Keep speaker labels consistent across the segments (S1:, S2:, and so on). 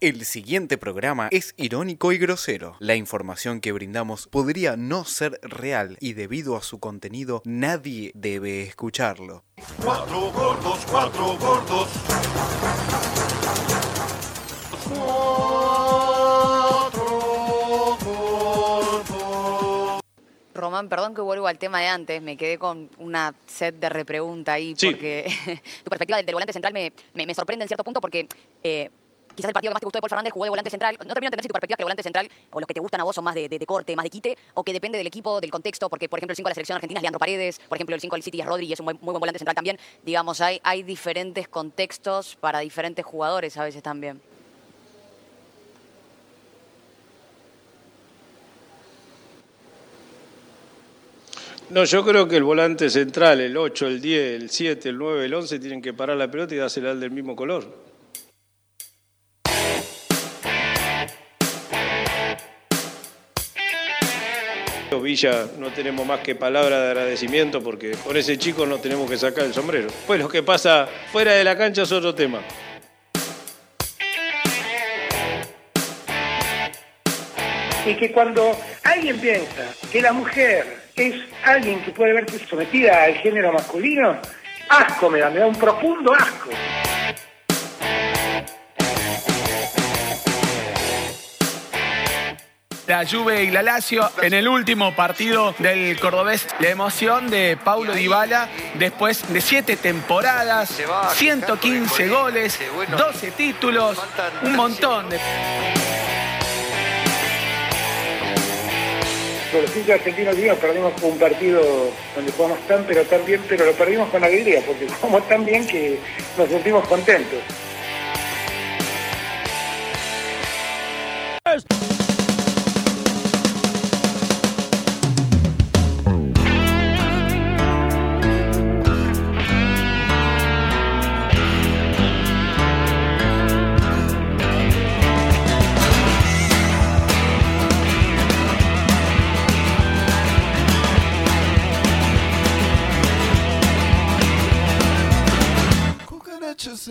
S1: El siguiente programa es irónico y grosero. La información que brindamos podría no ser real y debido a su contenido nadie debe escucharlo.
S2: Cuatro gordos, cuatro gordos.
S3: Román, perdón que vuelvo al tema de antes, me quedé con una set de repregunta ahí,
S4: Sí.
S3: porque tu perspectiva del, del volante central me, me- me sorprende en cierto punto, porque eh, quizás el partido que más te gustó de Paul Fernández jugó de volante central. No termino de entender si tu perspectiva es que el volante central, o los que te gustan a vos, son más de, de- de corte, más de quite, o que depende del equipo, del contexto, porque por ejemplo el 5 de la selección argentina es Leandro Paredes, por ejemplo el 5 del City es Rodri y es un buen- muy buen volante central también. Digamos, hay, hay diferentes contextos para diferentes jugadores a veces también.
S4: No, yo creo que el volante central, el 8, el 10, el 7, el 9, el 11, tienen que parar la pelota y dársela al del mismo color. Villa, no tenemos más que palabra de agradecimiento porque por ese chico no tenemos que sacar el sombrero. Pues lo que pasa fuera de la cancha es otro tema.
S5: y que cuando alguien piensa que la mujer es alguien que puede verse sometida al género masculino, asco me da, me da un profundo asco.
S6: La Juve y la Lazio en el último partido del cordobés. La emoción de Paulo Dybala después de siete temporadas, 115 goles, 12 títulos, un montón de...
S5: Pero los hinchas argentinos digo, perdimos un partido donde jugamos tan pero tan bien, pero lo perdimos con alegría, porque jugamos tan bien que nos sentimos contentos.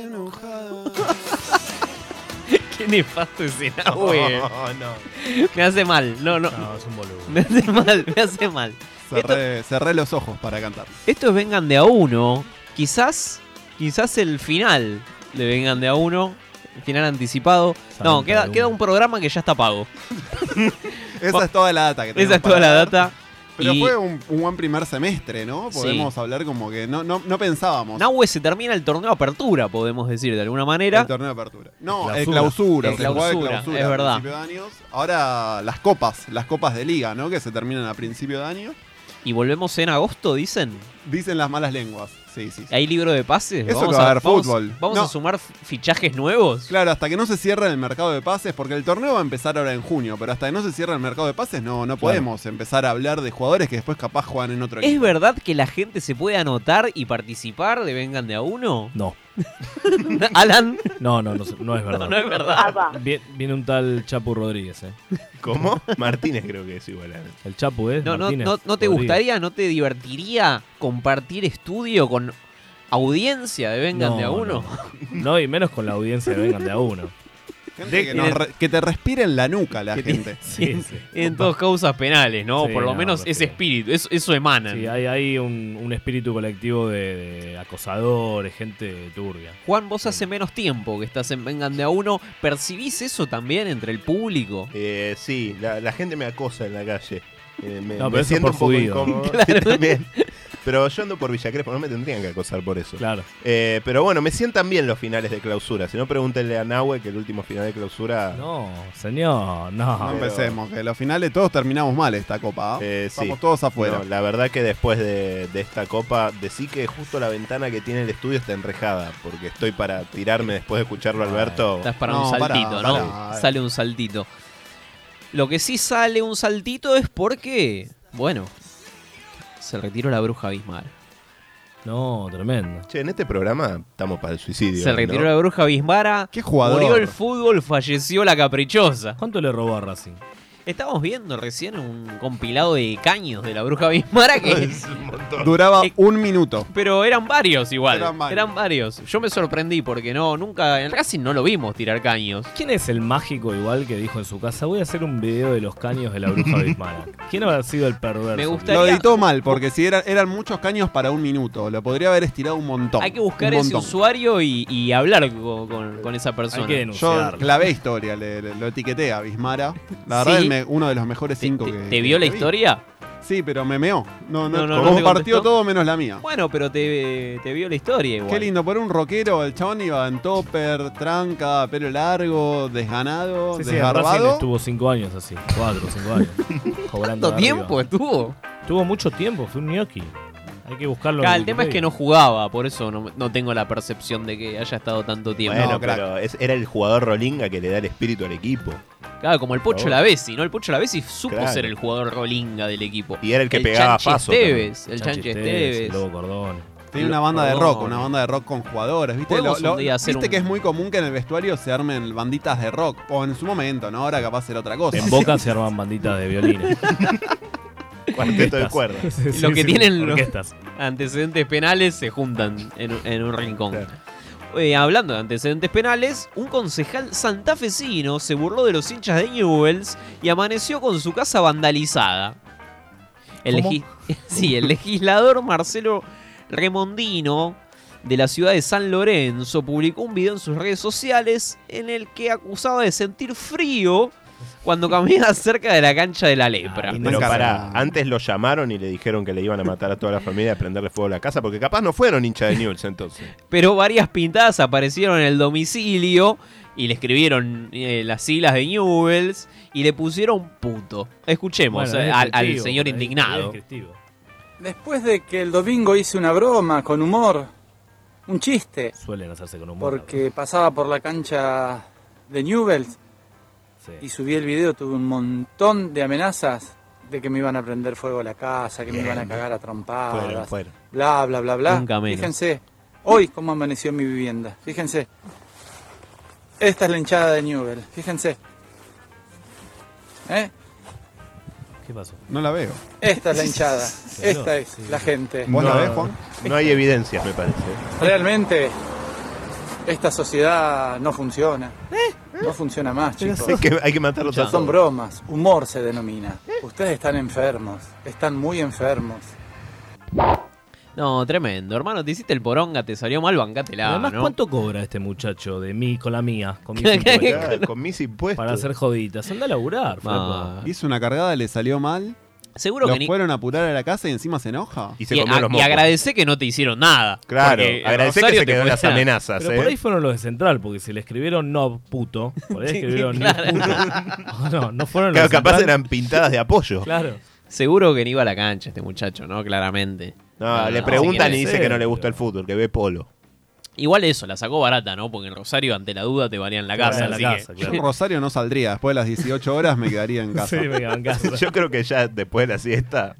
S7: Qué nefasto escena, güey.
S8: No, no.
S7: Me hace mal. No, no.
S8: No, es un boludo.
S7: Me hace mal, me hace mal. Esto-
S8: Cerré, cerré los ojos para cantar.
S7: Estos vengan de a uno. Quizás, quizás el final le vengan de a uno. El final anticipado. No,
S8: Santa
S7: queda,
S8: Luna.
S7: queda un programa que ya está pago.
S8: Esa es toda la data que
S7: Esa
S8: tenemos
S7: es toda
S8: para
S7: la
S8: dar.
S7: data.
S8: Pero
S7: y
S8: fue un, un buen primer semestre, ¿no?
S7: Sí.
S8: Podemos hablar como que no, no, no pensábamos.
S7: Nahue se termina el torneo de apertura, podemos decir de alguna manera.
S8: El torneo de apertura. No,
S9: Clausura.
S8: el clausura.
S7: El
S8: se jugaba
S7: clausura, es
S8: a
S7: verdad.
S8: principio de años. Ahora las copas, las copas de liga, ¿no? Que se terminan a principio de año.
S7: Y volvemos en agosto, dicen.
S8: Dicen las malas lenguas. Sí, sí. sí.
S7: Hay libro de pases.
S8: Eso que va a haber
S7: vamos-
S8: fútbol.
S7: Vamos
S8: No.
S7: a sumar f- fichajes nuevos.
S8: Claro, hasta que no se cierre el mercado de pases, porque el torneo va a empezar ahora en junio, pero hasta que no se cierre el mercado de pases no, no podemos empezar a hablar de jugadores que después capaz juegan en otro
S7: ¿Es
S8: equipo.
S7: verdad que la gente se puede anotar y participar de Vengan de a uno?
S9: No,
S7: Alan,
S9: no, no, no, se- no es verdad.
S7: no es verdad.
S9: Vie- viene un tal Chapu Rodríguez, ¿eh?
S10: ¿Cómo? Martínez creo que es igual a él.
S9: El Chapu, ¿eh?
S7: No, no,
S9: Martínez
S7: no, ¿no te
S9: Rodríguez.
S7: gustaría, no te divertiría compartir estudio con audiencia de Vengan
S9: No,
S7: de a uno?
S9: No, No, y menos con la audiencia de Vengan de a uno.
S8: Gente que, nos re- que te respire en la nuca la gente.
S9: Sí, sí.
S7: En dos causas penales, ¿no?
S9: Sí,
S7: Por lo
S9: no,
S7: menos ese
S9: prefiero.
S7: espíritu, eso, eso emana.
S9: Sí, hay, hay un, un espíritu colectivo de, de acosadores, gente turbia.
S7: Juan, vos hace menos tiempo que estás en Vengan de a uno. ¿Percibís eso también entre el público?
S10: Eh, sí, la, la gente me acosa en la calle. Eh, me
S9: No,
S10: me
S9: pero eso es
S10: siento
S9: por
S10: un poco
S9: judío.
S10: incómodo. Sí, también. Pero yo ando por Villa Crespo, no me tendrían que acosar por eso.
S9: Claro.
S10: Eh, pero bueno, me sientan bien los finales de clausura. Si no, pregúntenle a Nahue que el último final de clausura.
S9: No, señor, no.
S8: No
S10: pero-
S8: empecemos, que los finales todos terminamos mal esta copa. ¿ah?
S10: Eh, sí.
S8: Estamos todos afuera.
S10: Bueno, la verdad que después de, de esta copa, decí que justo la ventana que tiene el estudio está enrejada, porque estoy para tirarme después de escucharlo, a Alberto.
S7: Estás para
S8: No,
S7: un
S8: pará,
S7: saltito, ¿no?
S8: pará. eh.
S7: Sale un saltito. Lo que sí sale un saltito es porque, bueno, se retiró la bruja Bismar.
S9: No, tremendo.
S10: Che, en este programa estamos para el suicidio.
S7: Se
S10: ¿no?
S7: retiró la bruja Bismara.
S8: Qué jugador.
S7: Murió el fútbol, falleció la caprichosa.
S9: ¿Cuánto le robó a Racing?
S7: Estábamos viendo recién un compilado de caños de la bruja Bismara que.
S8: Duraba
S7: Eh,
S8: un minuto.
S7: Pero eran varios igual.
S8: Eran
S7: Eran
S8: varios.
S7: varios. Yo me sorprendí porque no, nunca. En Racing no lo vimos tirar caños.
S9: ¿Quién es el mágico igual que dijo en su casa? Voy a hacer un video de los caños de la bruja Bismara. ¿Quién habrá sido el perverso?
S7: Me gustaría.
S8: Lo editó mal, porque si era- eran muchos caños para un minuto, lo podría haber estirado un montón.
S7: Hay que buscar
S8: un
S7: ese
S8: montón.
S7: usuario y, y hablar co- con, con esa persona.
S9: Hay que
S8: Yo
S9: denunciarlo.
S8: clavé historia, le- le- lo etiqueté a Bismara. La verdad,
S7: Sí.
S8: él me- uno de los mejores
S7: ¿Te,
S8: cinco
S7: te-
S8: que.
S7: te
S8: que-
S7: vio la
S8: que Este, vi.
S7: historia?
S8: Sí, pero me meó. No, no,
S7: No, no, no
S8: como
S7: te
S8: partió
S7: contestó.
S8: todo menos la mía.
S7: Bueno, pero te, te vio la historia igual.
S8: Qué lindo, por un rockero, el chabón iba en topper, tranca, pelo largo, desganado,
S9: Sí, sí, en Racing
S8: desgarbado.
S9: estuvo cinco años así. Cuatro, cinco años. cobrando
S7: ¿Cuánto
S9: de
S7: tiempo
S9: arriba.
S7: estuvo?
S9: Tuvo mucho tiempo, fue un gnocchi. Hay que buscarlo. en
S7: Claro, el tema es que
S9: Wikipedia.
S7: no jugaba, por eso no, no tengo la percepción de que haya estado tanto tiempo.
S10: Bueno,
S8: No, crack.
S10: pero es- era el jugador Rolinga que le da el espíritu al equipo.
S7: Claro, Ah, como el Pocho
S10: Por favor.
S7: Lavesi, ¿no? El Pocho Lavesi supo
S10: Claro.
S7: ser el jugador rolinga del equipo.
S10: Y era el que
S7: el
S10: pegaba
S7: Chanchi
S10: paso.
S7: Esteves, el
S9: Chanchi
S7: Chanchi
S9: Esteves,
S7: Esteves.
S9: Lobo Cordón.
S8: Tenía una banda de
S7: Perdón.
S8: rock, una banda de rock con jugadores, ¿viste?
S7: Podemos un día hacer
S8: ¿Viste
S7: un-
S8: que es muy común que en el vestuario se armen banditas de rock? O en su momento, ¿no? Ahora capaz era otra cosa.
S9: En Boca se arman banditas de violines.
S10: Cuarteto de
S9: Orquestas.
S10: cuerdas.
S9: Sí, sí,
S7: Lo que
S9: sí,
S7: tienen los-
S9: orquestas.
S7: Antecedentes penales se juntan en, un- en un rincón.
S10: Claro.
S7: Eh, hablando de antecedentes penales, un concejal santafesino se burló de los hinchas de Newells y amaneció con su casa vandalizada. El
S9: ¿Cómo?
S7: legi- sí, el legislador Marcelo Remondino de la ciudad de San Lorenzo publicó un video en sus redes sociales en el que acusaba de sentir frío cuando caminaba cerca de la cancha de la lepra.
S9: Ay,
S10: Pero
S8: Nunca
S10: pará,
S8: se-
S10: antes lo llamaron y le dijeron que le iban a matar a toda la familia y a prenderle fuego a la casa, porque capaz no fueron hinchas de Newell's entonces.
S7: pero varias pintadas aparecieron en el domicilio y le escribieron eh, las siglas de Newells y le pusieron puto. Escuchemos
S9: Bueno,
S7: eh,
S9: es
S7: al, al
S9: descriptivo,
S7: señor
S9: es-
S7: indignado.
S9: es descriptivo.
S11: Después de que el domingo hice una broma con humor, un chiste,
S9: Suelen hacerse con humor.
S11: porque pasaba por la cancha de Newell's
S9: la verdad.
S11: y
S9: Sí.
S11: subí el video, tuve un montón de amenazas de que me iban a prender fuego a la casa, que me iban a cagar a trompadas,
S10: Fueron, fueron.
S11: bla, bla, bla, bla.
S7: Nunca menos.
S11: Fíjense, hoy cómo amaneció mi vivienda, fíjense. Esta es la hinchada de Newell's, fíjense. ¿Eh?
S9: ¿Qué pasó?
S8: No la veo.
S11: Esta es la hinchada,
S9: Claro,
S11: esta es la gente.
S8: ¿Vos la
S10: No.
S8: ves, Juan?
S10: No hay evidencias, me parece.
S11: Realmente esta sociedad no funciona. No funciona más, chicos.
S10: Hay que, hay que matarlos a
S11: Son
S10: todos.
S11: bromas, humor se denomina. Ustedes están enfermos, están muy enfermos.
S7: No, tremendo. Hermano, te hiciste el poronga, te salió mal, bancátela,
S9: Además,
S7: Ah, ¿no?
S9: ¿cuánto cobra este muchacho de mí con la mía? Con mis
S7: Claro,
S9: impuestos?
S10: Claro, con mis impuestos.
S9: Para hacer joditas. Anda a laburar,
S7: Ah,
S9: flaco.
S8: Hizo una cargada, le salió mal.
S7: seguro
S8: Lo
S7: que ni...
S8: fueron a apurar a la casa y encima se enoja.
S10: Y se
S7: Y,
S10: comió
S7: a- y
S10: los mocos.
S7: agradecé que no te hicieron nada.
S10: Claro,
S7: porque Eh, en
S10: agradecé que
S7: Rosario
S10: se
S7: te
S10: quedó en las
S7: podían-
S10: amenazas.
S9: Pero
S10: ¿eh?
S9: por ahí fueron los de Central, porque si le escribieron no puto, por ahí escribieron no puto. No, no fueron los
S10: Claro,
S9: de
S10: capaz
S9: Central.
S10: eran pintadas de apoyo.
S9: Claro.
S7: Seguro que no iba a la cancha este muchacho, ¿no? Claramente.
S10: No, le
S7: no, sí
S10: preguntan y
S9: quiere
S10: dice
S9: ser,
S10: que no le gusta
S9: pero-
S10: el fútbol, que ve polo.
S7: Igual eso, la sacó barata, ¿no? Porque en Rosario, ante la duda, te valían la
S9: Te
S7: casa.
S9: valían la
S7: así
S9: casa,
S7: que-
S8: Yo
S9: claro.
S8: en Rosario no saldría, después de las 18 horas me quedaría en
S9: Sí,
S8: casa.
S9: me quedan casa.
S10: Yo creo que ya después de la siesta.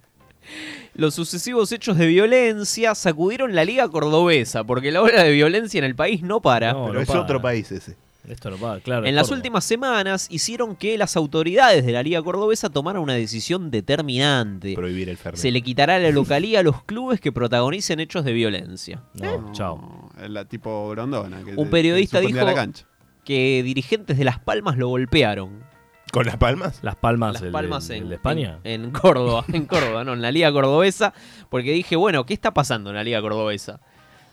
S7: Los sucesivos hechos de violencia sacudieron la liga cordobesa, porque la ola de violencia en el país no para.
S9: No,
S10: pero
S9: no
S10: es
S9: para.
S10: otro país ese.
S9: Esto no va, claro.
S7: En
S9: es
S7: las
S9: Córdoba.
S7: últimas semanas hicieron que las autoridades de la Liga Cordobesa tomaran una decisión determinante.
S10: Prohibir el Fernet.
S7: Se le quitará la localía a los clubes que protagonicen hechos de violencia. Eh,
S9: No, chao.
S8: El la tipo Grondona. que
S7: Un
S8: te- te
S7: periodista
S8: suspendía
S7: dijo-
S8: la cancha.
S7: Que dirigentes de Las Palmas lo golpearon.
S10: ¿Con las palmas?
S9: Las Palmas,
S7: Las
S9: el-
S7: Palmas
S9: el,
S7: en,
S9: el de España.
S7: En, en Córdoba, en Córdoba, no, en la Liga Cordobesa, porque dije, bueno, ¿qué está pasando en la Liga Cordobesa?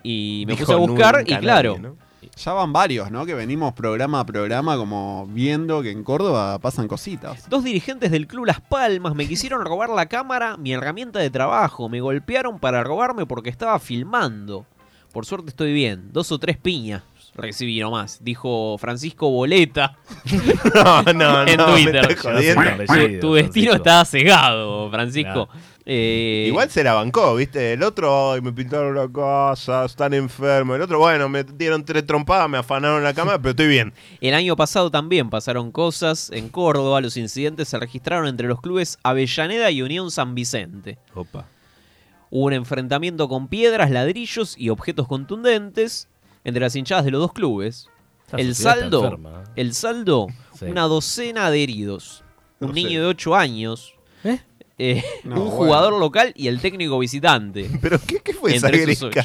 S7: Y me
S10: Dijo
S7: puse a buscar
S10: nunca
S7: y claro,
S10: nadie, ¿no?
S8: Ya van varios, ¿no? Que venimos programa a programa como viendo que en Córdoba pasan cositas.
S7: Dos dirigentes del club Las Palmas me quisieron robar la cámara, mi herramienta de trabajo. Me golpearon para robarme porque estaba filmando. Por suerte estoy bien. Dos o tres piñas recibí nomás, dijo Francisco Boleta.
S10: No, no, no.
S7: En
S10: me
S7: Twitter.
S10: estoy jodiendo.
S9: Ya no sé, apellido,
S7: tu destino
S9: Francisco.
S7: estaba cegado, Francisco. Eh,
S10: Igual se la bancó, ¿viste? El otro, ay, me pintaron la casa, están enfermos. El otro, bueno, me dieron tres trompadas, me afanaron la cama, pero estoy bien.
S7: El año pasado también pasaron cosas en Córdoba. Los incidentes se registraron entre los clubes Avellaneda y Unión San Vicente.
S10: Opa.
S7: Hubo un enfrentamiento con piedras, ladrillos y objetos contundentes entre las hinchadas de los dos clubes.
S9: Esta
S7: El
S9: sociedad está
S7: saldo,
S9: enferma, ¿eh?
S7: el saldo,
S9: Sí.
S7: una docena de heridos. un
S10: No sé.
S7: niño de 8 años. eh,
S10: No,
S7: un
S10: bueno.
S7: jugador local y el técnico visitante.
S10: ¿Pero qué, fue esa gresca?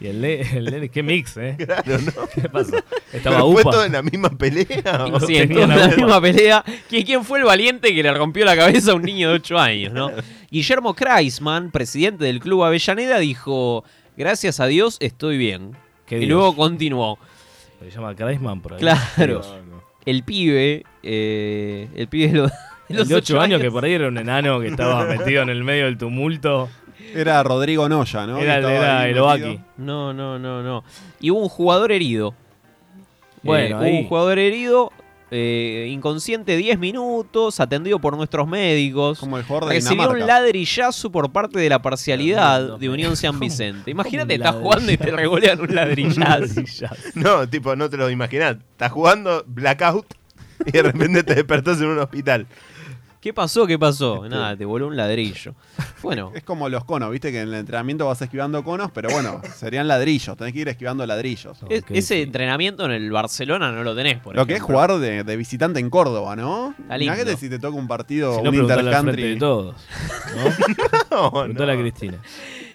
S9: Y el, le- el le- qué mix, ¿eh?
S10: Claro, ¿no?
S9: ¿Qué pasó? Estaba
S10: ¿Pero
S9: UPA.
S10: fue todo en la misma pelea? ¿O
S7: Sí,
S10: tenía
S7: estuvo en la
S10: una-
S7: misma pelea. ¿Qui- ¿Quién fue el valiente que le rompió la cabeza a un niño de 8 años, no? Guillermo Kreisman, presidente del club Avellaneda, dijo: Gracias a Dios estoy bien.
S9: ¿Qué
S7: y
S9: Dios?
S7: luego continuó.
S9: Se llama Kreisman por ahí.
S7: Claro.
S9: Dios.
S7: El pibe, eh, el pibe de los, de
S9: El
S7: los
S9: de
S7: ocho
S9: 8 años que por ahí era un enano que estaba metido en el medio del tumulto.
S8: Era Rodrigo Noya, ¿no?
S9: Era,
S8: Que estaba
S9: era
S8: ahí
S9: el
S8: metido.
S9: Oaki.
S7: No, no, no, no. Y hubo un jugador herido.
S9: Bueno,
S7: Bueno,
S9: ahí.
S7: un jugador herido, eh, inconsciente 10 minutos, atendido por nuestros médicos.
S8: Como el jugador de
S7: Recibió un
S8: Dinamarca.
S7: ladrillazo por parte de la
S9: Tremendo,
S7: parcialidad de
S9: pero
S7: Unión San
S9: ¿cómo-
S7: Vicente.
S9: cómo
S7: Imagínate,
S9: un
S7: estás jugando y te
S9: ladrillazo?
S7: regolean un ladrillazo.
S9: Ladrillazo.
S10: No, tipo, no te lo imaginás. Estás jugando blackout y de repente te despertás en un hospital.
S7: ¿Qué pasó? ¿Qué
S8: Este
S7: pasó? Nada, te voló un ladrillo. Bueno,
S8: Es como los conos, viste que en el entrenamiento vas esquivando conos, pero bueno, serían ladrillos, tenés que ir esquivando ladrillos.
S7: es- ese entrenamiento en el Barcelona no lo tenés, por
S8: Lo que es
S7: ejemplo.
S8: jugar de, de visitante en Córdoba, ¿no?
S7: Está lindo.
S8: Imagínate si te toca un partido,
S9: Si no,
S8: un
S9: preguntale al frente
S8: intercountry.
S9: de todos. ¿no?
S10: No, no.
S9: Preguntale a Cristina.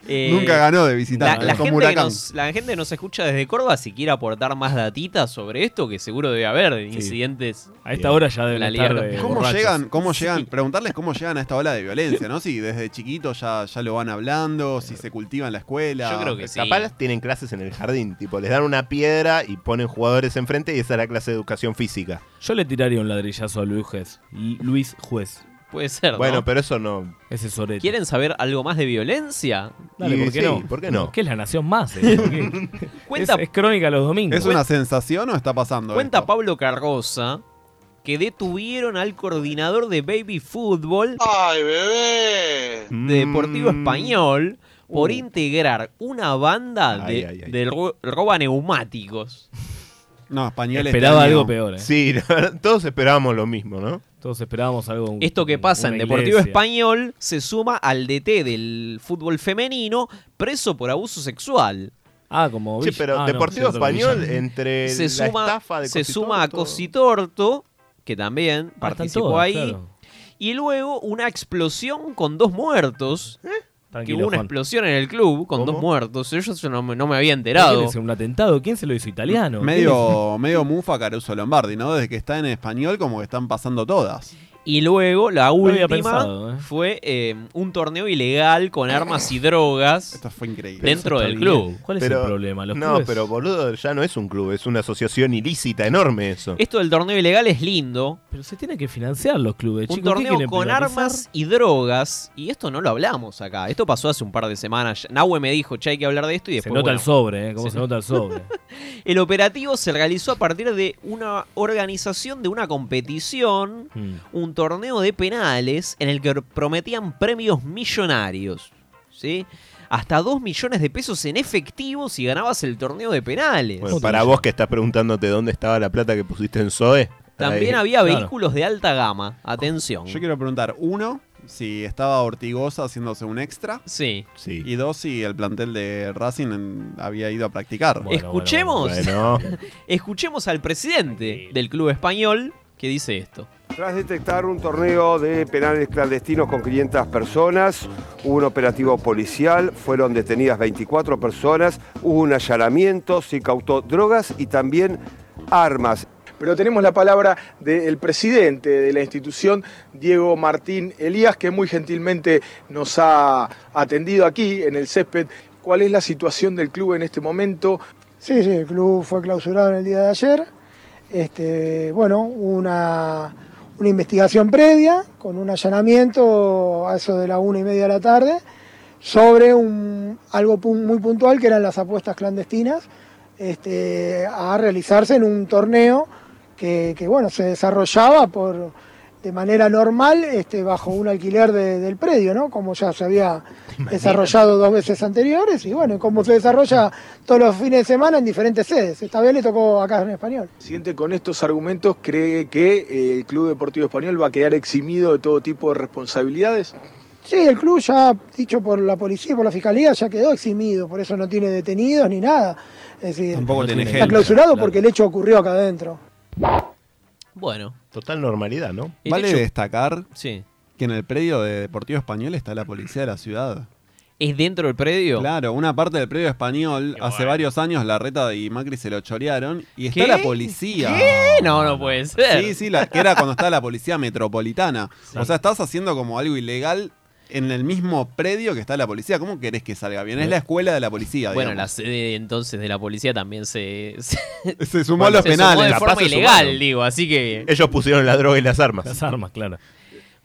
S7: Eh,
S8: Nunca ganó de
S7: La,
S8: visitante,
S7: la
S8: como
S7: gente que
S8: Huracán.
S7: nos, la gente que nos escucha desde Córdoba, si quiere aportar más datitas sobre esto, que seguro debe haber incidentes.
S9: A esta hora ya
S7: La
S9: deben
S7: Liga
S9: estar
S7: Campeona.
S9: eh,
S8: ¿Cómo
S9: borrachos.
S8: llegan? ¿Cómo llegan? Preguntarles cómo llegan a esta ola de violencia, ¿no? Si desde chiquitos ya, ya lo van hablando, si se cultiva en la escuela.
S7: Yo creo que sí.
S10: Capaz las tienen clases en el jardín, tipo, les dan una piedra y ponen jugadores enfrente y esa es la clase de educación física.
S9: Yo le tiraría un ladrillazo a Luis Juez. Luis Juez.
S7: Puede ser. ¿no?
S10: Bueno, pero eso no.
S9: Ese sorete.
S7: ¿Quieren saber algo más de violencia?
S9: Dale,
S10: Y
S9: ¿por qué
S10: sí,
S9: no?
S10: ¿por qué no?
S9: ¿Qué es la nación más? eh? ¿Por qué?
S7: Cuenta,
S9: es, es crónica los domingos.
S8: ¿Es una sensación o está pasando?
S7: cuenta
S8: esto?
S7: Pablo Carroza que detuvieron al coordinador de Baby Fútbol de Deportivo
S10: Mm,
S7: Español por
S10: Uh.
S7: integrar una banda de,
S10: Ay, ay, ay.
S7: de ro- roba neumáticos.
S8: No, español este
S9: Esperaba
S8: año.
S9: algo peor. eh.
S10: Sí, la verdad, todos esperábamos lo mismo, ¿no?
S9: Todos esperábamos algo. un-
S7: Esto que pasa en
S9: una
S7: Deportivo
S9: iglesia.
S7: Español se suma al DT del fútbol femenino preso por abuso sexual.
S9: Ah, como
S10: Sí,
S9: Villa-
S10: pero
S9: ah, no,
S10: Deportivo
S9: cierto,
S10: Español,
S9: Villa.
S10: entre
S7: se
S10: la
S7: suma,
S10: estafa de
S7: se
S10: Cositorto-
S7: suma a Cositorto, que también
S9: Ah, están
S7: participó
S9: todos,
S7: ahí.
S9: claro.
S7: Y luego una explosión con dos muertos. Que
S9: Tranquilo,
S7: hubo una
S9: Juan.
S7: explosión en el club con
S10: ¿Cómo?
S7: dos muertos. Yo eso no me, no me había
S9: ¿Quién
S7: enterado.
S9: es? ¿Un atentado? ¿Quién se lo hizo? ¿Italiano?
S8: Medio, medio mufa Caruso Lombardi, ¿no? Desde que está en español, como que están pasando todas.
S7: Y luego la
S9: había
S7: última
S9: pensado, ¿eh?
S7: fue eh, un torneo ilegal con armas y drogas
S8: Esto fue increíble.
S7: dentro
S9: Está
S7: del
S9: bien.
S7: club.
S9: ¿Cuál es
S10: Pero-
S9: el problema? Los
S10: no,
S9: clubes-
S10: pero boludo, ya no es un club, es una asociación ilícita enorme eso.
S7: Esto del torneo ilegal es lindo.
S9: Pero se tienen que financiar los clubes. chicos,
S7: Un
S9: ¿qué
S7: torneo
S9: quieren
S7: con
S9: privatizar?
S7: armas y drogas. Y esto no lo hablamos acá. Esto pasó hace un par de semanas. Nahue me dijo, che, hay que hablar de esto. Y
S9: Se
S7: después.
S9: nota
S7: pues bueno,
S9: el sobre, ¿eh? ¿Cómo
S7: se
S9: se, nota el sobre?
S7: el operativo se realizó a partir de una organización de una competición,
S9: Mm.
S7: un torneo de penales en el que prometían premios millonarios. ¿Sí? Hasta 2 millones de pesos en efectivo si ganabas el torneo de penales.
S10: Bueno,
S9: Otra
S10: para
S9: cosa.
S10: vos que estás preguntándote dónde estaba la plata que pusiste en SOE.
S7: También
S10: ahí.
S7: había
S9: claro.
S7: vehículos de alta gama. Atención.
S8: Yo quiero preguntar, uno, si estaba Ortigosa haciéndose un extra.
S7: Sí.
S10: Sí.
S8: Y dos, si el plantel de Racing en- había ido a practicar.
S9: Bueno,
S7: Escuchemos.
S10: Bueno,
S7: Escuchemos al presidente del club español que dice esto.
S6: Tras detectar un torneo de penales clandestinos con 500 personas, hubo un operativo policial, fueron detenidas 24 personas, hubo un allanamiento, se incautó drogas y también armas.
S11: Pero tenemos la palabra del presidente de la institución, Diego Martín Elías, que muy gentilmente nos ha atendido aquí en el césped. ¿Cuál es la situación del club en este momento?
S12: Sí, sí, el club fue clausurado en el día de ayer. Este, bueno, una, una investigación previa con un allanamiento a eso de la una y media de la tarde sobre un, algo pun- muy puntual que eran las apuestas clandestinas este, a realizarse en un torneo que, que, bueno, se desarrollaba por, de manera normal este, bajo un alquiler de- del predio, ¿no? Como ya se había desarrollado dos veces anteriores y bueno, como se desarrolla todos los fines de semana en diferentes sedes. Esta vez le tocó acá en español.
S11: Presidente, con estos argumentos, ¿cree que eh, el Club Deportivo Español va a quedar eximido de todo tipo de responsabilidades?
S12: Sí, el club ya, dicho por la policía y por la fiscalía, ya quedó eximido, por eso no tiene detenidos ni nada. Es decir,
S8: Tampoco tiene
S9: tiene
S12: está
S8: gente.
S12: clausurado
S9: claro.
S12: porque el hecho ocurrió acá adentro.
S7: Bueno.
S10: Total normalidad, ¿no?
S8: Vale destacar
S7: Sí.
S8: que en el predio de Deportivo Español está la policía de la ciudad.
S7: ¿Es dentro del predio?
S8: Claro, una parte del predio español, hace varios años la reta y Macri se lo chorearon y está
S7: ¿Qué?
S8: la policía.
S7: ¿Qué? No, no puede ser.
S8: Sí, sí, la, que era cuando estaba la policía metropolitana. O sea, estás haciendo como algo ilegal en el mismo predio que está la policía. ¿Cómo querés que salga bien? Es la escuela de la policía.
S7: Bueno,
S8: digamos.
S7: la sede entonces de la policía también se. Se,
S8: se sumó
S10: a los penales.
S7: Ah, de
S10: Capaz
S7: forma
S10: se
S7: ilegal,
S10: sumaron.
S7: digo, así que.
S10: Ellos pusieron la droga y las armas.
S9: Las armas, claro.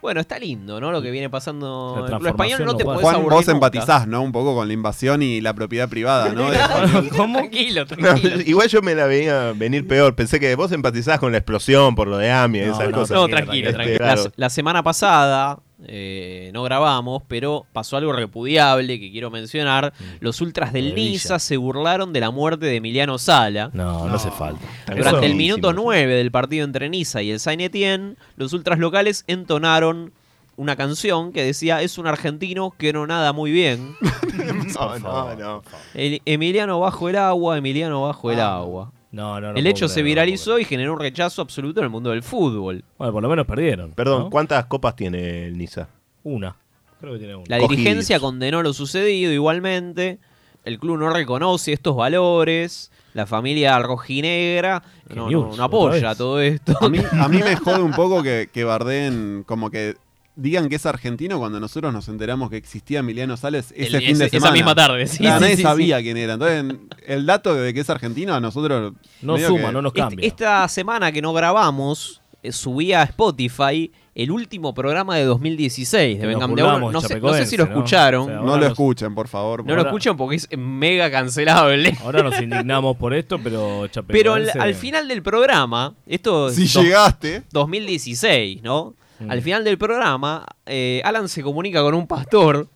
S7: Bueno, está lindo, ¿no? Lo que viene pasando.
S8: La
S7: en el fútbol español no te podés
S8: Juan,
S7: aburrir
S8: vos
S7: nunca.
S8: empatizás, ¿no? Un poco con la invasión y la propiedad privada, ¿no? De-
S7: Tranquilo,
S10: No,
S7: tranquilo.
S10: igual yo me la veía venir peor. Pensé que vos empatizás con la explosión por lo de AMI y
S7: No,
S10: esas
S7: no,
S10: cosas.
S7: no, tranquilo,
S10: Este,
S7: tranquilo.
S10: claro.
S7: La, la semana pasada eh, no grabamos, pero pasó algo repudiable que quiero mencionar. Los ultras del
S9: Mm. Maravilla.
S7: Niza se burlaron de la muerte de Emiliano Sala.
S9: No, no, hace falta.
S7: Durante el minuto 9 del partido entre Niza y el Saint Etienne, los ultras locales entonaron una canción que decía es un argentino que no nada muy bien.
S10: No, no, no.
S7: El- Emiliano bajo el agua, Emiliano bajo el agua.
S9: Ah. No, no, no
S7: el
S9: puedo
S7: hecho se
S9: creer, no
S7: viralizó y generó un rechazo absoluto en el mundo del fútbol.
S9: Bueno, por lo menos perdieron.
S10: Perdón,
S9: ¿no?
S10: ¿cuántas copas tiene el Niza?
S9: Una. Creo que tiene una.
S7: La dirigencia condenó lo sucedido igualmente. El club no reconoce estos valores. La familia rojinegra no, no-
S8: news,
S7: no
S8: otra
S7: apoya
S8: vez.
S7: todo esto.
S8: A mí, a mí me jode un poco que, que bardeen, como que digan que es argentino cuando nosotros nos enteramos que existía Emiliano Sales ese
S7: El-
S8: fin
S7: ese-
S8: de
S7: esa
S8: semana.
S7: misma tarde, sí,
S8: Claro,
S7: sí,
S8: nadie
S7: sí,
S8: sabía
S7: sí.
S8: quién era. Entonces, el dato de que es argentino a nosotros. medio que-
S7: Est- Este, Esta semana que no grabamos, eh, subí a Spotify el último programa de 2016 de
S8: Que nos
S7: este, Vengan de Oro.
S8: burlamos,
S7: No sé, no sé
S8: chapecoense,
S7: si lo
S8: ¿no?
S7: escucharon.
S8: No lo escuchen, por favor.
S7: No lo escuchan porque es mega cancelable.
S9: Ahora nos indignamos por esto, pero Chapecoense-
S7: Pero al, al final del programa, esto es
S8: Si
S7: dos-
S8: llegaste.
S7: 2016, ¿no? Al final del programa, eh, Alan se comunica con un pastor,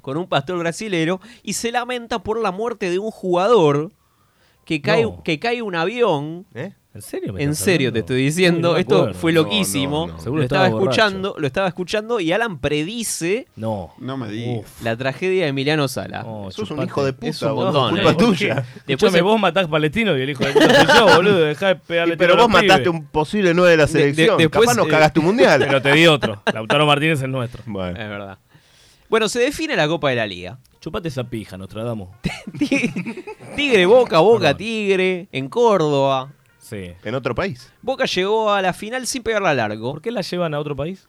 S7: con un pastor brasilero, y se lamenta por la muerte de un jugador que cae,
S9: No.
S7: que cae un avión.
S9: ¿En serio? me
S7: En
S9: estás
S7: serio
S9: hablando?
S7: te estoy diciendo,
S9: Uy, no me
S7: esto
S9: acuerdo.
S7: fue
S9: No, no,
S7: loquísimo.
S9: no.
S7: Lo
S9: Seguro
S7: estaba
S9: estaba borracho.
S7: escuchando, lo estaba escuchando y Alan predice
S9: No.
S8: No me digas.
S7: la tragedia de Emiliano Sala. Sos un hijo de puta, es un
S9: vos,
S7: montón,
S9: culpa
S7: ¿eh?
S10: tuya.
S9: Escuchame,
S7: se-
S9: vos matás palestinos y el hijo de puta soy yo, boludo. Dejá de pegarle
S10: Y pero
S9: tiro a
S10: vos
S9: los
S10: mataste
S9: pibes.
S10: un posible 9 de la
S9: De- de-
S10: selección.
S9: después,
S10: Capaz nos
S9: eh,
S10: cagaste un mundial.
S9: Pero te di otro. Lautaro Martínez es el nuestro.
S10: Bueno.
S7: Es verdad. Bueno, se define la Copa de la Liga.
S9: Chupate esa pija, Nostradamus.
S7: Tigre, Boca, Boca, Tigre, en Córdoba.
S9: Sí.
S10: En otro país.
S7: Boca llegó a la final sin pegarla largo. ¿Por
S9: qué la llevan a otro país?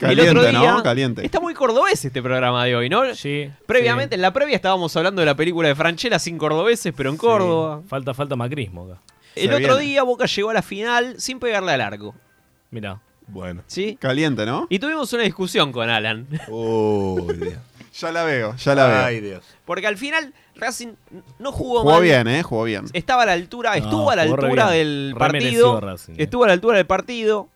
S8: Caliente, ¿no? Caliente.
S7: Está muy cordobés este programa de hoy, ¿no?
S9: Sí.
S7: Previamente, en la previa estábamos hablando de la película de Franchella sin cordobeses, pero en Córdoba.
S9: Falta, falta macrismo acá.
S7: El otro día Boca llegó a la final sin pegarle al arco.
S9: Mirá.
S10: Bueno.
S7: ¿Sí?
S8: Caliente, ¿no?
S7: Y tuvimos una discusión con Alan.
S8: ya la veo, ya la veo.
S10: Ay, Dios.
S7: Porque al final Racing no jugó,
S8: Jugó
S7: mal.
S8: bien, ¿eh? Jugó bien.
S7: Estaba a la altura, estuvo a la
S8: jugó re
S7: altura
S8: bien.
S7: del
S8: Re
S7: partido.
S8: merecido Racing, eh.
S7: Estuvo a la altura del partido.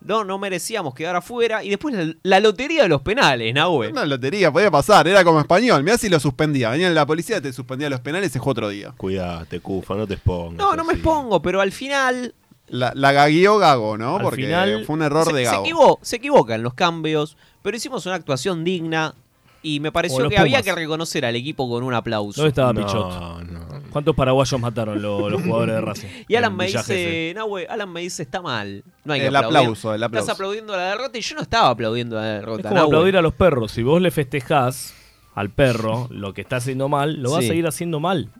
S7: No, no merecíamos quedar afuera. Y después la, la lotería de los penales, Nahue.
S8: Una lotería, podía pasar, era como español. Mirá si lo suspendía. Venía la policía, te suspendía los penales, se jugó otro día.
S10: Cuidate, Cufa, no te expongas.
S7: No, no me expongo, pero al final.
S8: La, la gagueó Gago, ¿no? Porque fue un error
S7: se, se
S8: de Gago.
S7: equivo- se equivocan los cambios, pero hicimos una actuación digna. Y me pareció
S9: los
S7: que había
S9: Pumas.
S7: que reconocer al equipo con un aplauso.
S9: ¿Dónde estaba
S7: No.
S9: Pichot? ¿Cuántos paraguayos mataron lo- los jugadores de Racing?
S7: Y Alan
S9: En
S7: me
S9: Villa Gesell.
S7: dice, Nahue, Alan me dice, está mal. No hay que
S9: El
S7: aplaudir.
S9: aplauso, el aplauso.
S7: Estás aplaudiendo la derrota y yo no estaba aplaudiendo la derrota.
S9: Es como
S7: Nahue.
S9: aplaudir a los perros. Si vos le festejás al perro lo que está haciendo mal, lo va a
S7: Sí.
S9: seguir haciendo mal.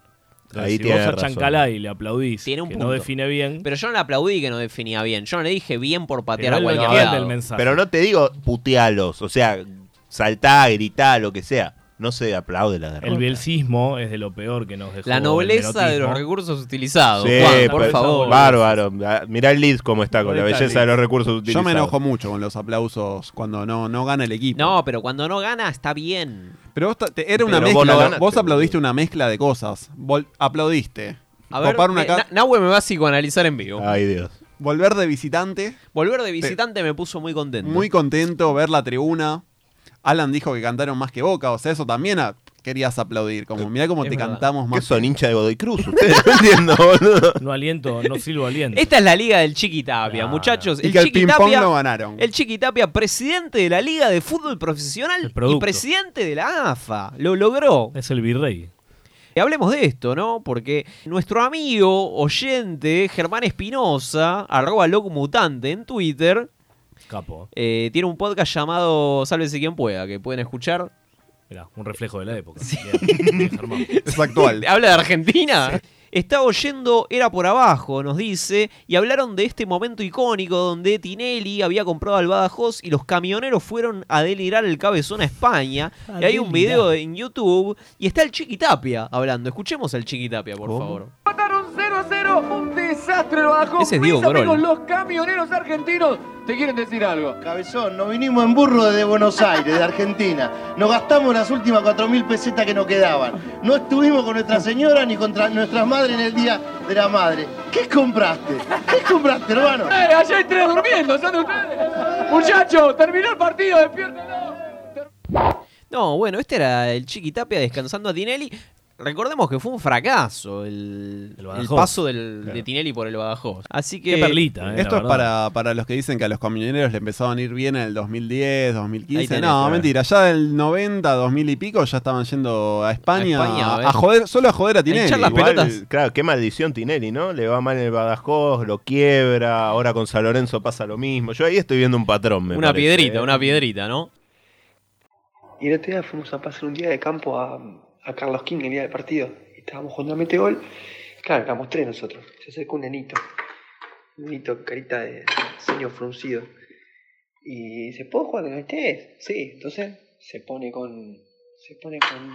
S7: Ahí
S9: si
S7: tiene
S9: vos a
S7: razón.
S9: Chancalá y le aplaudís,
S7: Tiene un
S9: que
S7: punto.
S9: no define bien.
S7: Pero yo no le aplaudí que no definía bien. Yo no le dije bien por patear
S9: Pero
S7: a
S9: él lo
S7: cualquier
S9: entiende
S7: lado.
S9: el mensaje.
S10: Pero no te digo putealos, o sea, saltá, gritá, lo que sea. No se aplaude la derrota.
S9: El bielcismo es de lo peor que nos dejó.
S7: La
S9: el
S7: nobleza de
S9: nepotismo.
S7: los recursos utilizados.
S10: Sí,
S7: Juan, por
S10: pero-
S7: favor.
S10: Bárbaro. Ah, Mirá el Leeds cómo está con la belleza de los recursos utilizados.
S8: Yo me enojo mucho con los aplausos cuando no, no gana el equipo.
S7: No, pero cuando no gana está bien.
S8: Pero vos ta- te- era una
S10: Pero vos
S8: mezcla.
S10: no
S8: ¿no? Vos,
S10: ganaste,
S8: aplaudiste una mezcla de cosas. Vol- aplaudiste.
S7: A ver,
S8: Copar una
S7: eh,
S8: ca-
S7: Na- Nahue me va a psicoanalizar en vivo.
S10: Ay, Dios.
S8: Volver de visitante.
S7: Volver de visitante me puso muy contento.
S8: Muy contento ver la tribuna. Alan dijo que cantaron más que Boca. O sea, eso también ah, querías aplaudir. Como, mirá cómo
S7: Es
S8: te
S7: verdad.
S8: cantamos más.
S10: ¿Qué son hincha de Godoy Cruz? Ustedes no entiendo, boludo.
S9: No aliento, no silbo aliento.
S7: Esta es la liga del Chiquitapia,
S10: Ah.
S7: muchachos.
S8: Y que al
S7: Chiqui
S8: ping-pong
S7: Tapia-
S8: no ganaron.
S7: El Chiquitapia, presidente de la Liga de Fútbol Profesional y
S9: producto.
S7: presidente de la AFA. Lo logró.
S9: Es el virrey.
S7: Y hablemos de esto, ¿no? Porque nuestro amigo oyente Germán Espinosa, arroba locmutante en Twitter,
S9: Capo.
S7: eh, tiene un podcast llamado Sálvese quien pueda, que pueden escuchar.
S9: Mirá, un reflejo de la época.
S7: Es actual. Habla de Argentina. Estaba oyendo Era por Abajo, nos dice, y hablaron de este momento icónico donde Tinelli había comprado al Badajoz y los camioneros fueron a delirar el cabezón a España.
S9: A
S7: y hay
S9: delirar.
S7: un video en YouTube y está el Chiquitapia hablando. Escuchemos al Chiquitapia, por favor.
S13: Mataron 0 a 0, un desastre lo bajó.
S7: Ese es Diego
S13: Pésame
S7: Grohl.
S13: con los camioneros argentinos. Te quieren decir algo.
S14: Cabezón, nos vinimos en burro desde Buenos Aires, de Argentina. Nos gastamos las últimas 4.000 pesetas que nos quedaban. No estuvimos con nuestra señora ni con tra- nuestras madres en el Día de la Madre. ¿Qué compraste? ¿Qué compraste, hermano?
S13: Eh, allá hay tres durmiendo, son de ustedes. Muchachos, terminó el partido, despiértelo.
S7: No, bueno, este era el Chiquitapia descansando a Tinelli. Recordemos que fue un fracaso el, el
S8: Badajoz.
S7: paso del- de
S8: Claro.
S7: Tinelli por el Badajoz. Así que... eh,
S8: Esto es para, para los que dicen que a los camioneros le empezaron a ir bien en el 2010,
S7: Ahí
S8: 2015.
S7: tenés,
S8: No,
S7: claro.
S8: mentira. Ya del 90, 2000 y pico ya estaban yendo a España,
S10: A España, a ver.
S8: a, joder, solo a joder a Tinelli. Igual-
S10: Claro, qué maldición Tinelli, ¿no? Le va mal en el Badajoz, lo quiebra, ahora con San Lorenzo pasa lo mismo. Yo ahí estoy viendo un patrón, me
S7: Una
S10: parece,
S7: piedrita,
S10: ¿eh?
S7: una piedrita, ¿no?
S15: Y el otro día fuimos a pasar un día de campo a, a Carlos King el día del partido. Y estábamos jugando a mete gol. Claro, éramos tres nosotros. Se acercó un nenito. Un nenito, carita de ceño fruncido. Y dice, ¿puedo jugar con ustedes? Sí. Entonces se pone con. Se pone con.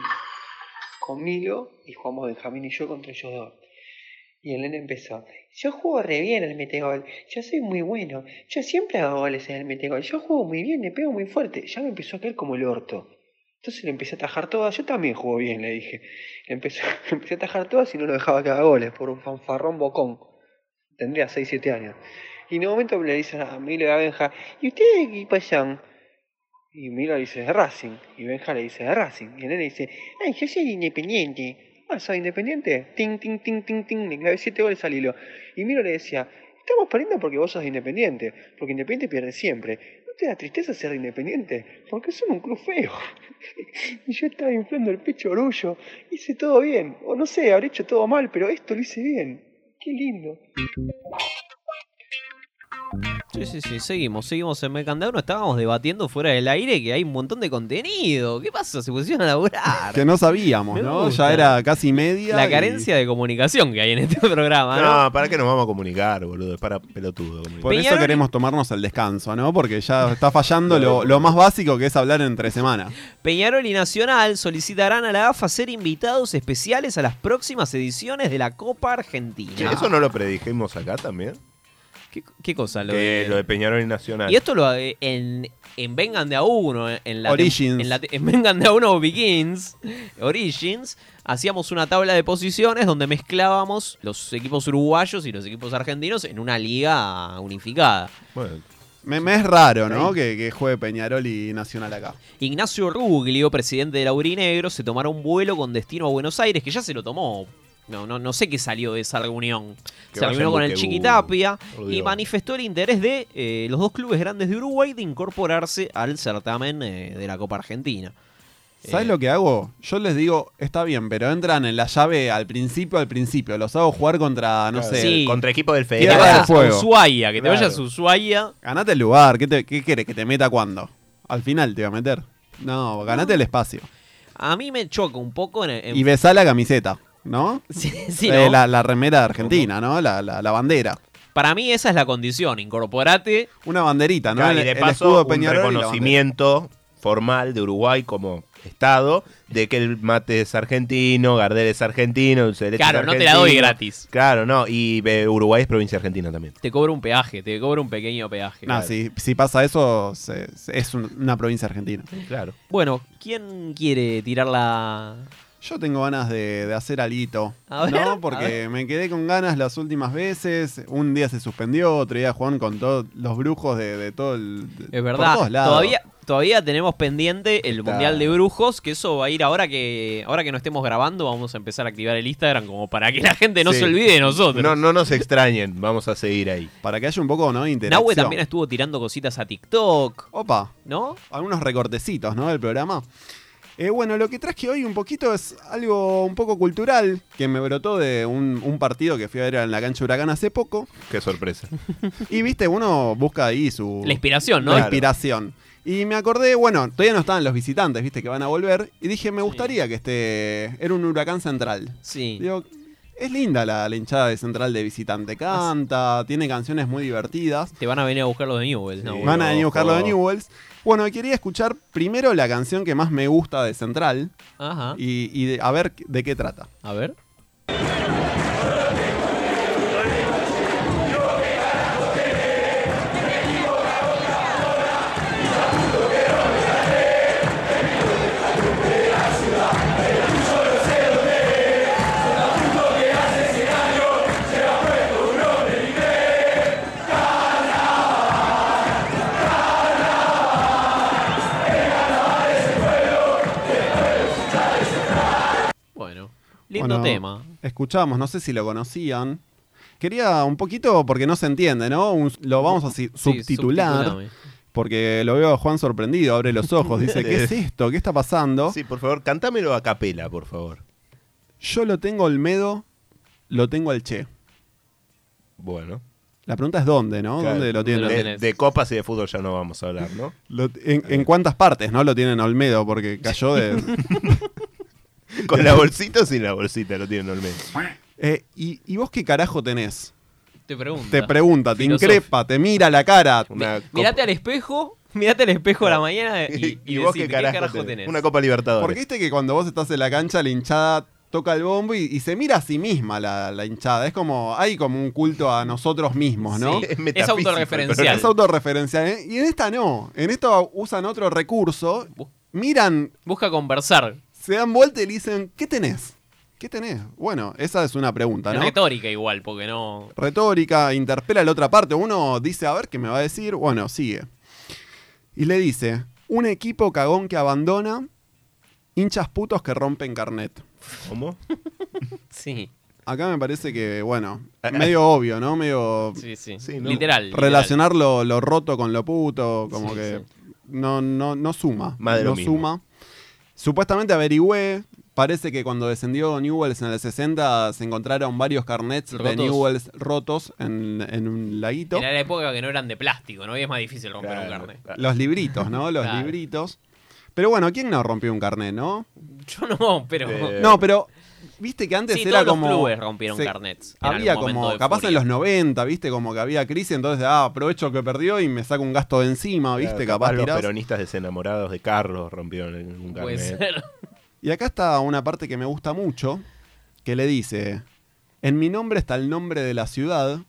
S15: Conmigo y jugamos Benjamín y yo contra ellos dos. Y el nene empezó. Yo juego re bien al metegol. Yo soy muy bueno. Yo siempre hago goles en el metegol. Yo juego muy bien, le pego muy fuerte. Ya me empezó a caer como el orto. Entonces le empecé a atajar todas. Yo también juego bien, le dije. Le empecé, le empecé a atajar todas y no lo dejaba que haga goles por un fanfarrón bocón. Tendría 6, 7 años. Y en un momento le dicen a Milo y a Benja, ¿y ustedes de qué equipo son? Y Milo le dice, de Racing. Y Benja le dice, de Racing. Y el nene dice, ay, yo soy de independiente. Ah, soy independiente. Ting, ting, ting, ting, ting. Le clavé 7 goles al hilo. Y Milo le decía, estamos perdiendo porque vos sos de independiente. Porque independiente pierde siempre. ¿No te da tristeza ser de independiente? Porque son un club feo. Y yo estaba inflando el pecho orgullo. Hice todo bien. O no sé, habré hecho todo mal, pero esto lo hice bien. Qué lindo.
S7: Sí, sí, sí, seguimos, seguimos en Mecandauno. Estábamos debatiendo fuera del aire que hay un montón de contenido. ¿Qué pasa? Se pusieron a laburar.
S8: Que no sabíamos,
S7: Me
S8: ¿no?
S7: gusta.
S8: Ya era casi media.
S7: La
S8: y-
S7: carencia de comunicación que hay en este programa, ¿no?
S10: No, ¿para qué nos vamos a comunicar, boludo? Es para pelotudo. comunicar.
S8: Por eso queremos tomarnos el descanso, ¿no? Porque ya está fallando lo, lo más básico que es hablar entre semana.
S7: Peñarol y Nacional solicitarán a la AFA ser invitados especiales a las próximas ediciones de la Copa
S10: Che,
S7: Argentina.
S10: ¿Eso no lo predijimos acá también?
S7: ¿Qué, cosa? Lo,
S10: de... lo de Peñarol y Nacional.
S7: Y esto lo eh, en, en Vengan de a uno, en la tem-
S10: Origins.
S7: En, la te- en Vengan de a uno Begins, Origins, hacíamos una tabla de posiciones donde mezclábamos los equipos uruguayos y los equipos argentinos en una liga unificada.
S8: Me, me es raro, ¿no? Que, que juegue Peñarol y Nacional acá.
S7: Ignacio Ruglio, presidente de Laurinegro, se tomará un vuelo con destino a Buenos Aires, que ya se lo tomó. No, no, no sé qué salió de esa reunión. se
S10: Que vaya
S7: reunió
S10: en
S7: con el
S10: buquebú,
S7: Chiquitapia
S10: por
S7: y
S10: Dios.
S7: manifestó el interés de eh, los dos clubes grandes de Uruguay de incorporarse al certamen eh, de la Copa Argentina.
S8: Eh. ¿Sabes lo que hago? Yo les digo, está bien, pero entran en la llave al principio, al principio. Los hago jugar contra, Ah, no
S7: Claro,
S8: sé.
S7: sí. Contra equipo del
S8: Tierra
S7: Federal.
S8: del
S7: Que te vayas a
S8: Fuego.
S7: Ushuaia, que te vayas a Ushuaia.
S8: Ganate el lugar. ¿Qué, te, qué querés? ¿Que te meta cuándo? Al final te va a meter. No, ganate el espacio.
S7: A mí me choca un poco en, en-
S8: Y besá la camiseta, ¿no?
S7: Sí, sí,
S8: Eh,
S7: ¿no?
S8: la, la remera de Argentina, ¿no? La, la- la bandera.
S7: Para mí esa es la condición, incorporate.
S8: Una banderita, ¿no?
S10: Claro,
S8: El-
S10: y de
S8: el
S10: paso,
S8: escudo de
S10: un
S8: Peñarol y la bandera.
S10: reconocimiento formal de Uruguay como Estado de que el mate es argentino, Gardel es argentino, Dulce de leche es
S7: Claro, no te la
S10: argentino.
S7: doy gratis.
S10: Claro, no. Y eh, Uruguay es provincia argentina también.
S7: Te cobro un peaje, te cobro un pequeño peaje.
S8: No, si, si pasa eso, se- se- es un- una provincia argentina.
S10: Claro.
S7: Bueno, ¿quién quiere tirar la,
S8: Yo tengo ganas de, de hacer alito.
S7: A ver, a
S8: ¿No? Porque
S7: ver.
S8: me quedé con ganas las últimas veces. Un día se suspendió, otro día Juan con todos los brujos de, de todo el. de-
S7: Es
S8: por
S7: verdad.
S8: todos lados.
S7: Todavía, todavía tenemos pendiente el
S8: Está.
S7: Mundial de Brujos, que eso va a ir ahora que ahora que no estemos grabando, vamos a empezar a activar el Instagram como para que la gente no
S10: Sí.
S7: se olvide de nosotros.
S10: No, no nos extrañen, vamos a seguir ahí.
S8: Para que haya un poco, ¿no? de Interacción.
S7: Nahue también estuvo tirando cositas a TikTok.
S8: Opa.
S7: ¿No?
S8: Algunos recortecitos, ¿no? Del programa. Eh, bueno, lo que traje hoy un poquito es algo un poco cultural que me brotó de un, un partido que fui a ver en la cancha Huracán hace poco.
S10: Qué sorpresa.
S8: Y viste, uno busca ahí su.
S7: La inspiración, ¿no?
S8: La inspiración. Y me acordé, bueno, todavía no estaban los visitantes, viste, que van a volver. Y dije, me gustaría que esté. Era un huracán central.
S7: Sí.
S8: Digo, es linda la, la hinchada de central de visitante. Canta, tiene canciones muy divertidas.
S7: Te van a venir a buscar los de Newell's. No,
S8: Van a venir a buscarlo de
S7: ojo.
S8: Newells. Bueno, quería escuchar primero la canción que más me gusta de Central.
S7: Ajá. Ah,
S8: Y, y de- a ver de qué trata.
S7: A ver. Bueno, lindo
S8: Bueno,
S7: tema.
S8: Escuchamos, no sé si lo conocían. Quería un poquito, porque no se entiende, ¿no? Un- lo vamos a si- subtitular.
S10: subtitulame.
S8: Porque lo veo a Juan sorprendido, abre los ojos, dice, ¿qué es esto? ¿Qué está pasando?
S10: Sí, por favor, cantámelo a capela, por favor.
S8: Yo lo tengo al Medo, lo tengo al Che.
S10: Bueno.
S8: La pregunta es dónde, ¿no?
S10: Claro.
S8: ¿Dónde lo tienen?
S10: De, de copas y de fútbol ya no vamos a hablar, ¿no?
S8: Lo- en, en cuántas partes, ¿no? Lo tienen a Olmedo, porque cayó de.
S10: Con la bolsita o sin la bolsita lo tienen Olmedo.
S8: Eh, ¿y, y vos qué carajo tenés?
S7: Te pregunto.
S8: Te pregunta, te
S7: Filósofo.
S8: increpa, te mira la cara.
S7: Mirate al espejo, mirate al espejo a la mañana y, y,
S8: ¿Y vos
S7: decite,
S8: qué carajo tenés?
S7: tenés?
S8: Una
S10: Copa Libertadores.
S8: Porque viste que cuando vos estás en la cancha, la hinchada toca el bombo y, y se mira a sí misma la, la hinchada. Es como, hay como un culto a nosotros mismos, ¿no?
S7: Sí, es metafísico, autorreferencial.
S8: Es autorreferencial. ¿eh? Y en esta no. En esto usan otro recurso. Miran.
S7: Busca conversar.
S8: Se dan vuelta y le dicen, ¿qué tenés? ¿Qué tenés? Bueno, esa es una pregunta,
S7: Es
S8: ¿no?
S7: Retórica igual, porque no.
S8: retórica, interpela a la otra parte. Uno dice, a ver qué me va a decir. Bueno, sigue. Y le dice, un equipo cagón que abandona, hinchas putos que rompen carnet.
S10: ¿Cómo?
S7: sí.
S8: Acá me parece que, bueno, medio obvio, ¿no? Medio...
S7: Eh, Sí, sí.
S10: ¿no?
S7: Literal.
S8: Relacionar lo, lo roto con lo puto, como
S7: Sí,
S8: que No, no, no suma.
S10: Más de
S8: no
S10: lo mismo.
S8: suma. Supuestamente averigüé, parece que cuando descendió Newells en el 60 se encontraron varios carnets de
S7: Rotos.
S8: Newells rotos en, en un laguito.
S7: Era la época que no eran de plástico, ¿no? Y es más difícil romper un carnet.
S8: Los libritos, ¿no? Los
S7: Claro.
S8: libritos. Pero bueno, ¿quién no rompió un carnet, no? Eh,
S7: Yo no, pero.
S8: No, pero viste que antes
S7: Sí,
S8: era
S7: todos los
S8: como.
S7: clubes rompieron carnets en
S8: Había
S7: algún momento
S8: como.
S7: de
S8: Capaz en
S7: furia.
S8: los 90, viste, como que había crisis, entonces, ah, aprovecho que perdió y me saco un gasto de encima, Ah, viste,
S10: Claro,
S8: capaz,
S10: los
S8: tirás.
S10: peronistas desenamorados de Carlos rompieron un carnet.
S7: Puede ser.
S8: Y acá está una parte que me gusta mucho, que le dice: En mi nombre está el nombre de la ciudad,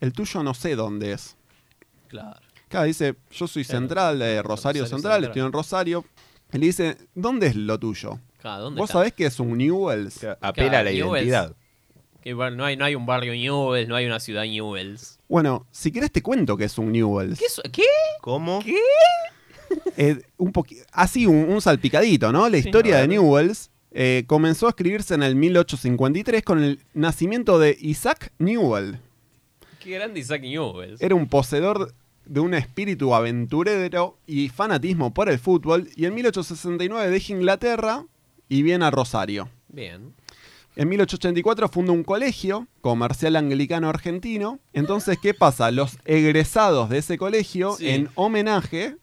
S8: el tuyo no sé dónde es.
S7: Claro.
S8: Acá dice, yo soy central, de
S7: Rosario
S8: Rosario, Central,
S7: Central.
S8: estoy en Rosario. Y le dice, ¿dónde es lo tuyo?
S7: Claro, ¿dónde
S8: Vos
S7: está?
S8: sabés que es un Newells.
S7: Claro, Newell's. Que igual no, hay, no hay un barrio Newells, no hay una ciudad Newells.
S8: Bueno, si querés te cuento que es un Newells.
S7: ¿Qué? es- ¿Qué?
S10: ¿Cómo?
S7: ¿Qué?
S8: Eh, un poqui- así, un, un salpicadito, ¿no? La
S7: Sí.
S8: historia
S7: A
S8: de
S7: ver.
S8: Newells eh, comenzó a escribirse en el 1853 con el nacimiento de Isaac Newell.
S7: Qué grande Isaac Newells.
S8: Era un poseedor de un espíritu aventurero y fanatismo por el fútbol y en 1869 deja Inglaterra y viene a Rosario.
S7: Bien.
S8: En 1884 funda un colegio comercial anglicano argentino. Entonces, ¿qué pasa? Los egresados de ese colegio,
S7: Sí.
S8: en homenaje,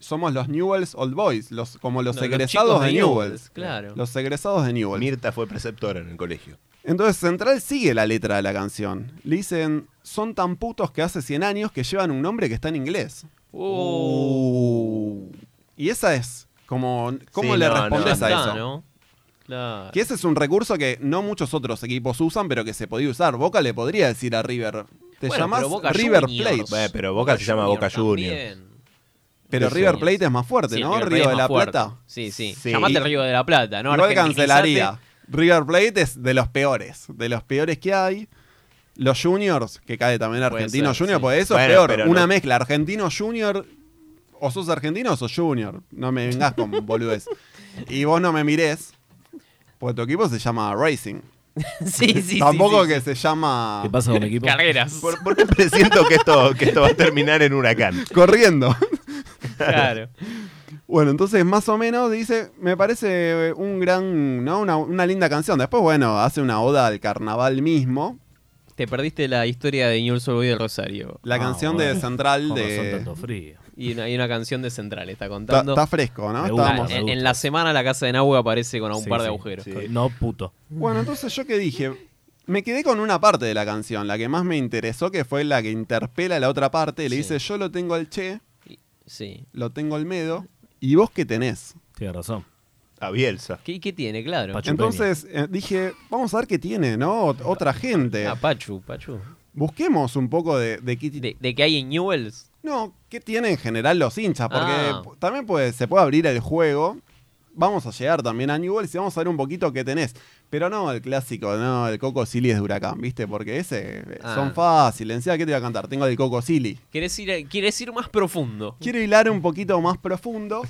S8: somos los Newells Old Boys, los, como los
S10: No, los
S8: egresados
S10: chicos
S8: de,
S10: de
S8: Newells.
S10: Newell's, claro.
S8: Los egresados de Newells.
S10: Mirta fue preceptora en el colegio.
S8: Entonces, Central sigue la letra de la canción. Le dicen, son tan putos que hace 100 años que llevan un nombre que está en inglés. Uh. Y esa es, como, ¿cómo
S7: Oh. Sí,
S8: le
S7: no, no,
S8: respondes
S7: ya
S8: a
S7: está,
S8: eso?
S7: ¿no? Claro.
S8: Que ese es un recurso que no muchos otros equipos usan, pero que se podía usar. Boca le podría decir a River. Te
S7: Bueno,
S8: llamás
S7: pero Boca
S8: River
S7: Juniors.
S8: Plate.
S10: Bueno, pero Boca se llama Boca Juniors.
S8: Pero
S10: Sí,
S8: River
S10: sí.
S8: Plate es más fuerte,
S7: Sí,
S8: ¿no?
S7: River Plate
S8: Río
S7: es
S8: de
S7: más
S8: la
S7: fuerte.
S8: Plata.
S7: Sí, sí. Llamate Río de la Plata, ¿no?
S8: Igual
S7: Argentinizate.
S8: cancelaría. River Plate es de los peores. De los peores que hay. Los Juniors, que cae también
S7: Puede
S8: Argentino
S7: ser,
S8: Junior,
S7: sí.
S8: porque eso
S10: Bueno,
S8: es peor.
S10: pero
S8: Una
S10: no-
S8: mezcla. Argentino Junior. O sos argentino o sos Junior. No me vengas con boludez. Y vos no me mirés. Porque tu equipo se llama Racing.
S7: Sí, sí, sí,
S8: Tampoco
S7: sí,
S8: que se llama. ¿Qué
S9: pasa con mi equipo?
S7: Carreras.
S10: ¿Por, por qué presiento que esto, que esto va a terminar en huracán?
S8: Corriendo.
S7: Claro.
S8: Bueno, entonces más o menos dice, me parece eh, un gran, ¿no? Una, una linda canción. Después, bueno, hace una oda al carnaval mismo.
S7: Te perdiste la historia de Newell's Old Boys de Rosario.
S8: La canción de Central de...
S7: Y una, y una canción de Central, está
S8: Está,
S7: contando.
S8: está fresco, ¿no?
S7: Ah,
S8: Estábamos-
S7: en, en la semana la casa de Nahue aparece con un par de agujeros.
S9: No, puto.
S8: Bueno, entonces yo que dije, me quedé con una parte de la canción, la que más me interesó, que fue la que interpela a la otra parte y le dice, yo lo tengo al Che,
S7: Sí.
S8: lo tengo al Medo, ¿y vos qué tenés?
S9: Tienes razón.
S10: A Bielsa.
S7: ¿Qué, qué tiene? Claro.
S8: Entonces eh, dije, vamos a ver qué tiene, ¿no? Ot- Otra gente.
S7: Ah, Pachu, Pachu.
S8: Busquemos un poco de, de qué ti-
S7: ¿De qué hay en Newell's?
S8: No, ¿qué tiene en general los hinchas? Porque
S7: Ah.
S8: pu- también puede- se puede abrir el juego. Vamos a llegar también a Newell's y vamos a ver un poquito qué tenés. Pero no el clásico, no, el Coco Silly es de Huracán, ¿viste? Porque ese eh,
S7: Ah.
S8: son fáciles. Encima, ¿qué te voy a cantar? Tengo el Coco Silly.
S7: ¿Quieres ir, quieres ir más profundo?
S8: Quiero hilar un poquito más profundo.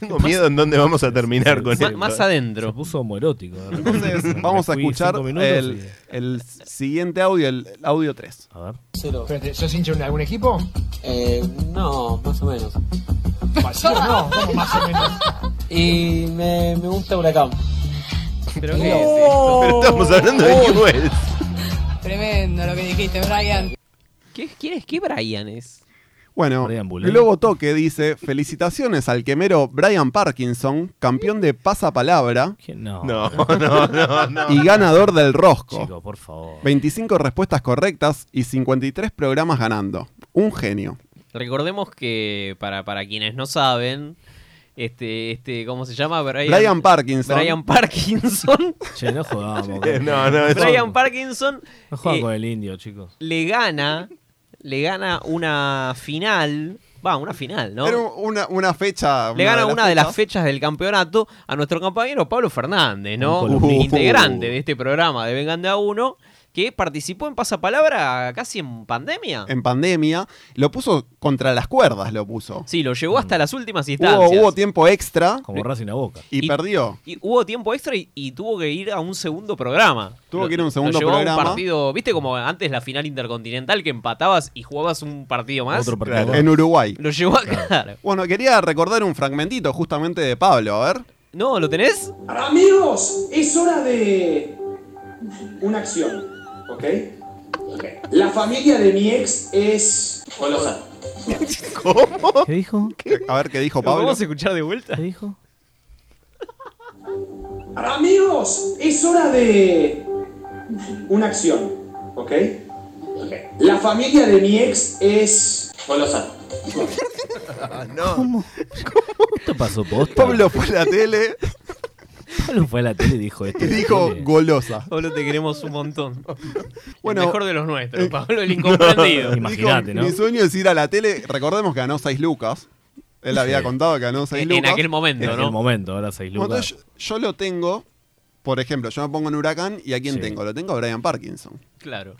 S10: Tengo miedo en dónde vamos a terminar con esto.
S7: adentro.
S9: Se puso homoerótico. de repente.
S8: Entonces, vamos a
S9: Me fui
S8: escuchar
S9: cinco minutos
S8: el, el siguiente audio, el, el audio 3.
S9: A ver.
S16: Espérate, ¿sos hincha de algún equipo?
S17: Eh, no, más o menos.
S16: ¿Sí o no? ¿Cómo más o menos?
S17: Y me, me gusta Huracán.
S7: ¿Pero
S16: qué es esto? Pero estamos hablando de Uy. Newell's.
S18: Tremendo lo que dijiste, Brian.
S7: ¿Qué, ¿Quién es? ¿Qué Brian es?
S8: Bueno, Globo Toque dice: Felicitaciones al quemero Brian Parkinson, campeón de pasapalabra.
S9: No.
S10: No, no, no, no.
S8: Y ganador del Rosco.
S9: Chicos, por favor.
S8: 25 respuestas correctas y 53 programas ganando. Un genio.
S7: Recordemos que, para, para quienes no saben, este, este, ¿cómo se llama? Brian,
S8: Brian Parkinson.
S7: Brian Parkinson.
S9: Che, no jodamos.
S7: Eh,
S10: no, no, eso-
S7: Brian Parkinson
S9: No juegan
S7: eh,
S9: con el indio, chicos.
S7: le gana, le gana una final. Va, una final, Ah, ¿no?
S8: Era una, una fecha.
S7: Le gana
S8: de las
S7: una de las
S8: fechas.
S7: fechas del campeonato a nuestro compañero Pablo Fernández, ¿no?
S8: Un columnista. Uh.
S7: Integrante de este programa de Vengan de a uno, que participó en Pasapalabra casi en pandemia.
S8: En pandemia. Lo puso contra las cuerdas, lo puso.
S7: Sí, lo llevó hasta las últimas
S8: Mm. Hubo,
S7: instancias.
S8: hubo tiempo extra.
S9: Como Racing a Boca.
S8: Y, perdió.
S7: Y hubo tiempo extra y, y tuvo que ir a un segundo programa.
S8: Tuvo
S7: Lo-
S8: que ir a un
S7: lo
S8: segundo
S7: llevó A
S8: programa.
S7: un partido, ¿viste como antes la final intercontinental que empatabas y jugabas un partido más?
S8: Claro, En Uruguay.
S7: Lo llevó a claro.
S8: Bueno, quería recordar un fragmentito justamente de Pablo, a ver.
S7: No, ¿lo tenés?
S5: Amigos, es hora de una acción, ¿ok? La familia de mi ex es golosa.
S8: ¿Cómo? ¿Qué dijo? A ver qué dijo
S7: ¿Lo
S8: Pablo.
S7: vamos a escuchar de vuelta?
S9: ¿Qué dijo?
S5: Amigos, es hora de una acción, ¿ok? La familia de mi ex es golosa.
S10: Ah,
S9: ¿Cómo? Esto pasó posta.
S8: Pablo fue a la tele.
S9: Pablo fue a la tele y dijo esto.
S8: Y dijo golosa.
S7: Pablo, te queremos un montón.
S8: Bueno,
S7: el mejor de los nuestros,
S8: eh,
S7: Pablo, el incomprendido.
S8: Dijo, Mi sueño es ir a la tele. Recordemos que ganó 6 lucas. Él había
S9: Sí.
S8: contado que ganó 6
S7: En- en
S8: lucas.
S7: aquel momento,
S9: En
S7: ¿no?
S9: el momento, ahora seis
S8: Bueno,
S9: lucas.
S8: entonces yo, yo lo tengo, por ejemplo, yo me pongo en Huracán y ¿a quién tengo? Lo tengo a Brian Parkinson.
S7: Claro.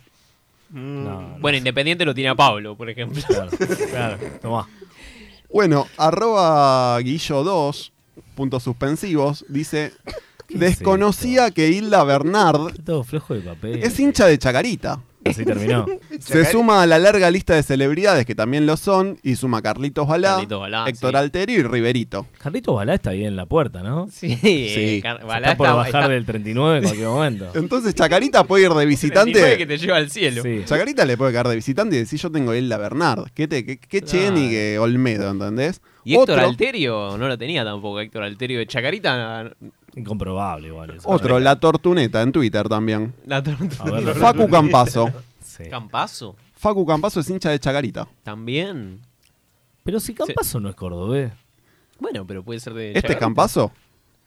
S7: Mm,
S9: No,
S7: Bueno, Independiente lo tiene a Pablo, por ejemplo.
S9: Claro, claro. Tomá.
S8: Bueno, arroba guillo 2, puntos suspensivos, dice, desconocía que Hilda Bernard
S9: Todo flojo de papel.
S8: es hincha de Chacarita.
S9: Así terminó.
S8: Se suma a la larga lista de celebridades que también lo son y suma Carlitos Balá,
S9: Carlitos Balá,
S8: Héctor
S9: sí.
S8: Alterio y Riverito.
S9: Carlitos Balá está ahí en la puerta, ¿no?
S7: Sí.
S9: sí.
S7: Car-
S9: Se
S7: Balá
S9: está por
S7: está-
S9: bajar
S7: está-
S9: del 39 en cualquier momento.
S8: Entonces Chacarita puede ir de
S7: Dime
S8: visitante.
S7: que te lleva al cielo.
S8: Chacarita le puede caer de visitante y decir yo tengo a Hilda Bernard. ¿Qué, te, qué, qué Chen y que Olmedo, ¿entendés?
S7: Y Héctor
S8: Otro-
S7: Alterio no lo tenía tampoco. Héctor Alterio de Chacarita.
S9: Incomprobable, igual. eso.
S8: Otro, la tortuneta en Twitter también.
S7: La tortuneta. A ver, la
S8: Facu
S7: tortuneta.
S8: Campazo.
S7: Campazo
S8: Facu Campazo es hincha de Chacarita.
S7: también.
S9: Pero si Campazo no es cordobés.
S7: Bueno, pero puede ser de.
S8: ¿Este es Campazo?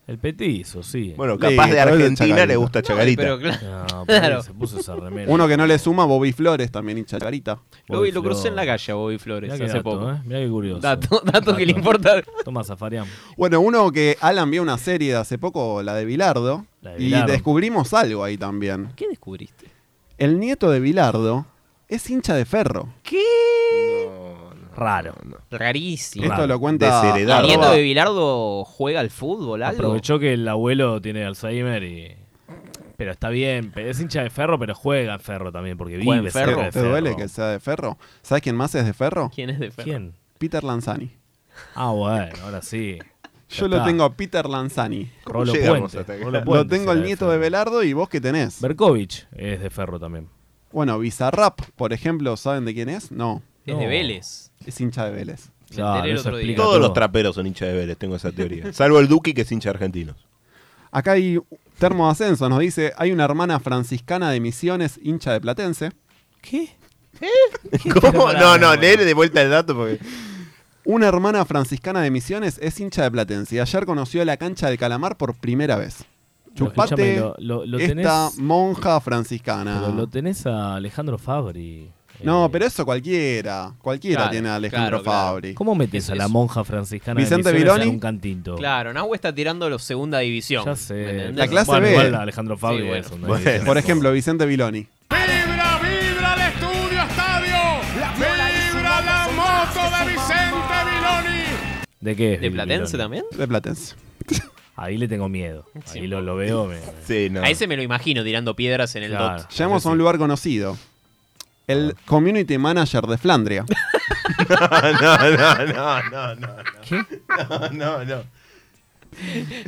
S9: El petizo, sí.
S10: Bueno, capaz
S8: Sí, pero
S10: de
S8: es de
S10: Argentina
S8: Chacarita.
S10: le gusta Chacarita.
S7: pero claro.
S9: No, por ahí
S7: Claro.
S9: se puso esa remera.
S8: Uno que no le suma, Bobby Flores, también hincha de Chacarita.
S7: Lo, vi- lo crucé en la calle a Bobby Flores
S9: Mirá qué
S7: hace
S9: dato,
S7: poco.
S9: eh. Mirá qué curioso.
S7: Dato, dato que le importa.
S9: Toma, Zafarian.
S8: Bueno, uno que Alan vio una serie de hace poco, la de Bilardo.
S9: La de
S8: y
S9: Bilardo.
S8: descubrimos algo ahí también.
S7: ¿Qué descubriste?
S8: El nieto de Bilardo es hincha de Ferro.
S7: ¿Qué?
S9: Raro.
S7: Rarísimo.
S8: Esto lo cuenta
S7: El nieto
S8: arroba-
S7: de Bilardo juega al fútbol, algo.
S9: Aprovechó que el abuelo tiene Alzheimer y. Pero está bien, pe- es hincha de ferro, pero juega en ferro también, porque vive
S8: Juega en
S9: cerca
S8: Ferro.
S9: de
S8: ¿Te
S9: Ferro.
S8: duele que sea de Ferro? ¿Sabes quién más es de Ferro?
S7: ¿Quién es de Ferro?
S9: ¿Quién?
S8: Peter Lanzani.
S9: Ah, bueno, ahora sí.
S8: Yo lo
S9: está.
S8: tengo a Peter Lanzani.
S9: ¿Cómo Rolo llegamos Puente, hasta acá? Rolo
S8: Lo
S9: Puente
S8: tengo el
S9: será
S8: nieto de Belardo y vos qué tenés.
S9: Berkovich es de Ferro también.
S8: Bueno, Bizarrap, por ejemplo, ¿saben de quién es? No.
S7: Es de Vélez.
S8: Es hincha de Vélez.
S7: Me enteré el otro día.
S10: Todos los traperos son hinchas de Vélez, tengo esa teoría. Salvo el Duki, que es hincha argentino.
S8: Acá hay Termo de Ascenso, nos dice, hay una hermana franciscana de Misiones, hincha de Platense.
S7: ¿Qué?
S10: ¿Eh? ¿Cómo? No, no, leer de vuelta el dato porque...
S8: Una hermana franciscana de Misiones es hincha de Platense y ayer conoció la cancha de Calamar por primera vez. Chupate
S9: escúchame, lo- lo- lo
S8: esta
S9: tenés-
S8: monja franciscana.
S9: Pero lo tenés a Alejandro Fabri.
S8: No, pero eso cualquiera. Cualquiera
S7: Claro,
S8: tiene a Alejandro
S7: claro, claro.
S8: Fabri.
S9: ¿Cómo metes a la monja franciscana
S8: Vicente
S9: de Misiones
S8: Vironi.
S9: en un cantinto?
S7: Claro, Nahue está tirando los segunda división.
S9: Ya sé.
S7: ¿me entendés?
S8: La clase
S9: Bueno,
S8: B.
S9: igual Alejandro Fabri es una
S8: Bueno,
S9: división.
S8: Por ejemplo, Vicente Viloni.
S19: ¡Vibra el estudio estadio! ¡Vibra la moto de Vicente Viloni!
S9: ¿De qué? es
S7: ¿De
S9: Vil-
S7: Platense
S9: Viloni?
S7: también?
S8: De Platense.
S9: Ahí le tengo miedo. Ahí lo, lo veo. me-
S7: A ese me lo imagino tirando piedras en el
S9: Claro. Ah.
S7: dot.
S8: Llegamos a un lugar conocido. El community manager de Flandria.
S10: no, no, no, no, no. No, no, no.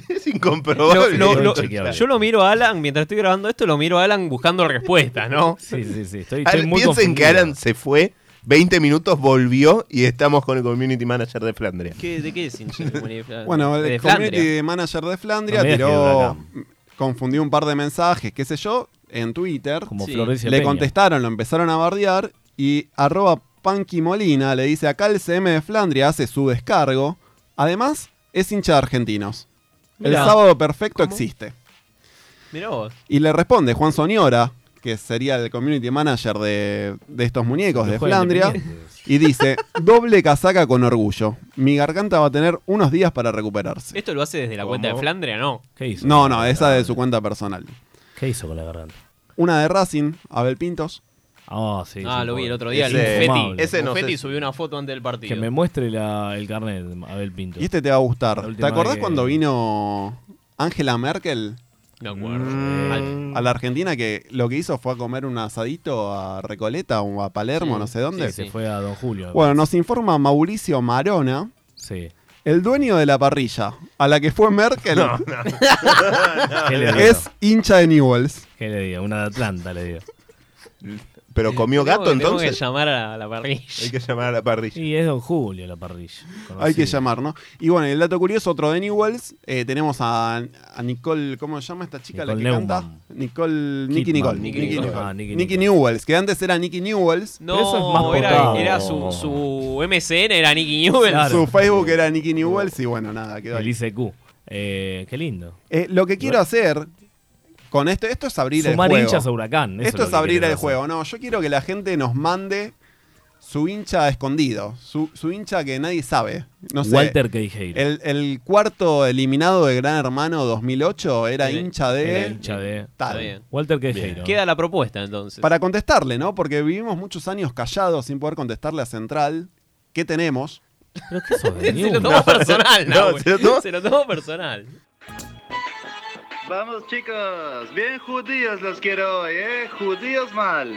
S10: Es incomprobable.
S7: Lo- lo- lo- yo lo miro a Alan, mientras estoy grabando esto, lo miro a Alan buscando respuestas, ¿no?
S9: Sí, sí, sí. Estoy,
S10: Al- piensen que Alan se fue, 20 minutos volvió y estamos con el community manager de Flandria.
S7: ¿De qué es hincha el Community de Flandria?
S8: Bueno, el
S7: De
S8: community
S7: Flandria.
S8: manager de Flandria
S9: No me digas que
S8: tiró.
S9: era acá.
S8: Confundió un par de mensajes, qué sé yo, en Twitter.
S9: Como Sí. Florencia
S8: Le
S9: Peña.
S8: contestaron, lo empezaron a bardear. Y arroba Panky Molina le dice: Acá el CM de Flandria hace su descargo. Además, es hincha de argentinos.
S7: Mirá.
S8: El sábado perfecto existe.
S7: Mirá vos.
S8: Y le responde Juan Soñora, que sería el community manager de, de estos muñecos
S9: Los
S8: de
S9: juegan
S8: Flandria, y dice, doble casaca con orgullo. Mi garganta va a tener unos días para recuperarse.
S7: ¿Esto lo hace desde la cuenta de Flandria, no?
S9: ¿Qué hizo?
S8: No, no, esa de su cuenta personal.
S9: ¿Qué hizo con la garganta?
S8: Una de Racing, Abel Pintos.
S9: Ah, sí.
S7: Ah,
S9: sí,
S7: lo vi el
S9: pobre.
S7: otro día.
S9: Ese-
S7: el Buffetti.
S9: Ese no
S7: Buffetti
S9: sé.
S7: subió una foto antes del partido.
S9: Que me muestre la- el carnet, Abel Pinto.
S8: Y este te va a
S9: La
S8: gustar. ¿Te
S9: última
S8: acordás
S9: que-
S8: cuando vino Angela Merkel
S7: No acuerdo.
S9: Mm.
S8: a la Argentina que lo que hizo fue a comer un asadito a Recoleta o a Palermo, no sé dónde?
S9: Sí, Se fue a Don Julio.
S8: Bueno, nos informa Mauricio Marona.
S9: Sí.
S8: El dueño de la parrilla, a la que fue Merkel,
S9: No, no. ¿Qué le digo?
S8: es hincha de Newells.
S9: ¿Qué le digo? Una de Atlanta le digo.
S10: Pero comió
S7: Tengo-
S10: gato
S7: tengo
S10: entonces.
S7: que llamar a la parrilla.
S10: Hay que llamar a la parrilla.
S9: Y es Don Julio la parrilla.
S8: Hay que
S9: Conocido.
S8: llamar, ¿no? Y bueno, el dato curioso, otro de Newells, eh, tenemos a, a Nicole, ¿cómo se llama esta chica
S9: Nicole
S8: la que
S9: Neumann.
S8: canta? Nicole, Nicky
S9: Kidman.
S8: Nicole.
S9: Nicki
S8: Nicki
S9: Nicole.
S8: Nicole.
S9: Ah, Nicki
S8: Nicki Newells, que antes era Nicky Newells.
S7: No,
S9: Pero eso es más
S7: era,
S9: potado.
S7: era su, su MCN, era Nicky Newell.
S8: Su Facebook era Nicky Newells y bueno, nada, quedó
S9: El
S8: ahí.
S9: ICQ. Eh, qué lindo.
S8: Eh, lo que quiero hacer con esto, esto es abrir
S9: Sumar
S8: el juego.
S9: hinchas a Huracán, eso
S8: Esto
S9: es
S8: es
S9: lo que
S8: abrir
S9: quiero
S8: el
S9: hacer.
S8: juego. No, yo quiero que la gente nos mande su hincha escondido, su, su hincha que nadie sabe. No sé. Eh,
S9: Walter Queijeiro.
S8: El, el cuarto eliminado de Gran Hermano 2008 era hincha de...
S9: Era hincha de.
S8: tal.
S9: Walter Queijeiro.
S7: Queda la propuesta entonces.
S8: Para contestarle, ¿no? Porque vivimos muchos años callados sin poder contestarle a Central. ¿Qué tenemos?
S9: ¿Pero qué sos de
S7: se lo
S9: Newell's?
S7: tomó personal,
S8: no,
S7: Nahue.
S8: se lo tomó-
S7: Se lo tomó personal.
S20: Vamos chicos, bien judíos los quiero hoy, ¿eh? Judíos mal.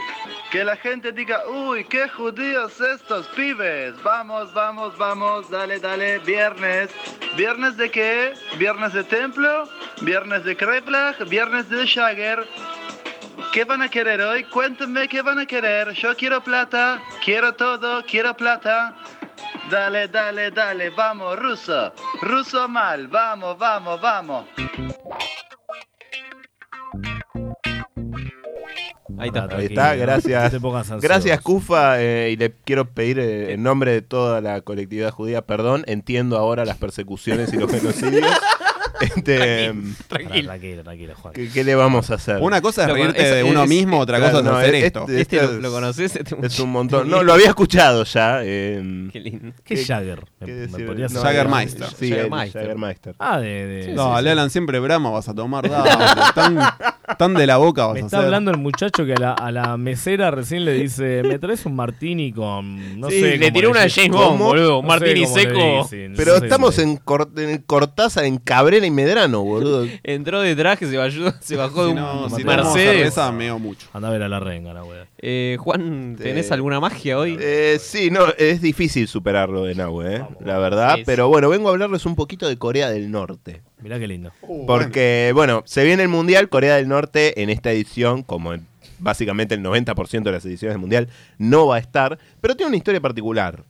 S20: Que la gente diga, uy, qué judíos estos pibes. Vamos, vamos, vamos, dale, dale, viernes. ¿Viernes de qué? ¿Viernes de templo? ¿Viernes de Kreplach? ¿Viernes de Shagger? ¿Qué van a querer hoy? Cuéntenme qué van a querer. Yo quiero plata, quiero todo, quiero plata. Dale, dale, dale, vamos, ruso. Ruso mal, vamos, vamos, vamos.
S7: Ahí está.
S10: Ahí está, gracias.
S9: No te pongas ansioso.
S10: gracias, Kufa. eh, y le quiero pedir eh, en nombre de toda la colectividad judía perdón. Entiendo ahora las persecuciones y los genocidios. Este,
S9: Tranquilo, tranquilo, tranquilo, Juan.
S10: ¿qué, qué le vamos a hacer?
S8: Una cosa es Lo con- reírte es- de uno es- mismo, otra cosa es hacer
S10: este-
S8: esto.
S10: este
S8: Este lo-
S10: es-
S8: lo conoces, este
S10: es un montón. No, lo había escuchado ya. eh,
S7: Qué lindo.
S9: ¿Qué es Jagger?
S10: ¿Qué
S9: Me- me
S10: decir?
S9: podrías-
S10: No, eh,
S8: Jagermeister.
S10: Sí, el Jagermeister.
S9: Ah, de. de-
S8: no,
S9: sí, sí.
S8: Lelan siempre brama, vas a tomar. dale, tan- Tan de la boca vas
S9: Me
S8: a
S9: está
S8: hacer.
S9: hablando el muchacho que a la, a la mesera recién le dice, ¿me traes un martini con, no
S10: Sí,
S9: sé,
S10: le
S9: cómo
S10: tiró una
S9: dice?
S10: James Bond,
S9: ¿Cómo?
S10: boludo.
S9: No
S10: Un
S9: sé
S10: martini
S9: cómo le
S10: seco.
S9: dicen, no
S10: Pero
S9: sé
S10: estamos en, Cor- en Cortázar, en Cabrera y Medrano, boludo.
S7: Entró de traje, se bajó, se bajó de
S10: Si
S7: un
S10: no, si tomamos
S7: Mercedes.
S10: cerveza,
S8: meo mucho.
S9: Anda a ver a la renga, la wea.
S7: Eh, Juan, ¿tenés alguna magia hoy?
S10: Este, Eh, sí, no, es difícil superarlo de Nahue, eh, la verdad.
S7: Sí, sí.
S10: Pero bueno, vengo a hablarles un poquito de Corea del Norte.
S9: Mirá qué lindo.
S10: Porque, Oh, bueno, se viene el Mundial, Corea del Norte en esta edición, como en básicamente el 90% de las ediciones del Mundial, no va a estar, pero tiene una historia particular.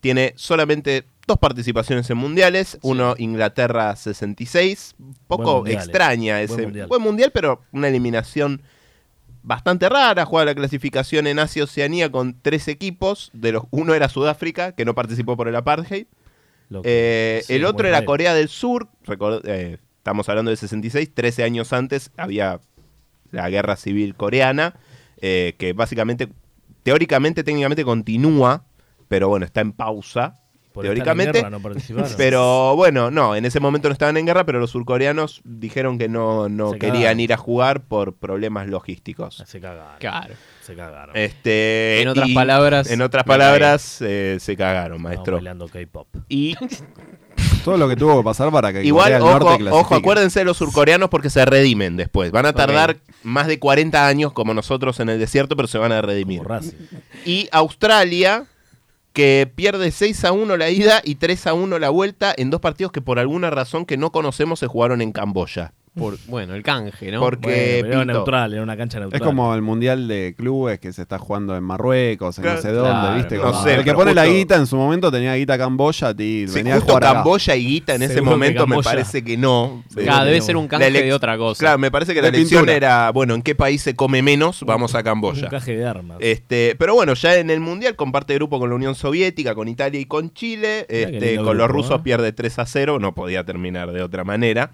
S10: Tiene solamente dos participaciones en mundiales, uno Inglaterra 66, un
S9: Buen
S10: poco
S9: mundial, eh.
S10: extraña
S9: Buen
S10: ese
S9: mundial.
S10: buen mundial, pero una eliminación bastante rara, juega la clasificación en Asia Oceanía con tres equipos, de los uno era Sudáfrica, que no participó por el apartheid.
S9: Loco.
S10: Eh,
S9: Sí,
S10: el
S9: muy
S10: otro era
S9: raro.
S10: Corea del Sur, recor- eh, estamos hablando del 66, 13 años antes había la guerra civil coreana, eh, que básicamente, teóricamente, técnicamente continúa, pero bueno, está en pausa.
S9: Por estar en
S10: teóricamente,
S9: guerra no participaron.
S10: pero bueno, no, en ese momento no estaban en guerra, pero los surcoreanos dijeron que no, no
S9: Se
S10: querían
S9: cagaron.
S10: ir a jugar por problemas logísticos.
S9: Se cagaron.
S7: Claro.
S9: Se cagaron.
S10: Este,
S7: En otras
S10: y-
S7: palabras,
S10: En otras
S7: me cagué.
S10: palabras, eh, se cagaron, maestro.
S9: bailando K-pop.
S10: Y
S8: Todo lo que tuvo que pasar para que
S10: Igual,
S8: Corea del Norte
S10: ojo,
S8: clasifique.
S10: ojo, acuérdense de los surcoreanos porque se redimen después. Van a tardar más de 40 años como nosotros en el desierto, pero se van a redimir. Y Australia, que pierde 6 a 1 la ida y 3 a 1 la vuelta en dos partidos que por alguna razón que no conocemos se jugaron en Camboya.
S7: Por, bueno, el canje, ¿no?
S10: Porque
S9: Bueno, pero era
S10: pintó.
S9: neutral, era una cancha neutral.
S8: Es como el mundial de clubes que se está jugando en Marruecos, en
S10: Claro,
S8: no sé dónde,
S10: claro,
S8: ¿viste?
S10: no
S8: Como
S10: sé,
S8: el que
S10: pero
S8: pone la
S10: justo-
S8: guita en su momento tenía guita Camboya, ti,
S10: Sí,
S8: venía a
S10: justo
S8: jugar acá.
S10: Camboya y Guita en ese
S7: Seguro que
S10: momento me
S7: Camboya.
S10: parece que no.
S7: Claro,
S10: Eh,
S7: debe ser un canje
S10: la elec-
S7: de otra cosa.
S10: Claro, me parece que la
S7: De
S10: elección
S7: pintura.
S10: era, bueno, ¿en qué país se come menos? Vamos a Camboya.
S9: Un caje de armas.
S10: Este, pero bueno, ya en el Mundial comparte grupo con la Unión Soviética, con Italia y con Chile.
S9: Mirá qué
S10: Este,
S9: lindo
S10: con los
S9: grupo,
S10: rusos
S9: ¿eh?
S10: pierde 3 a 0, no podía terminar de otra manera.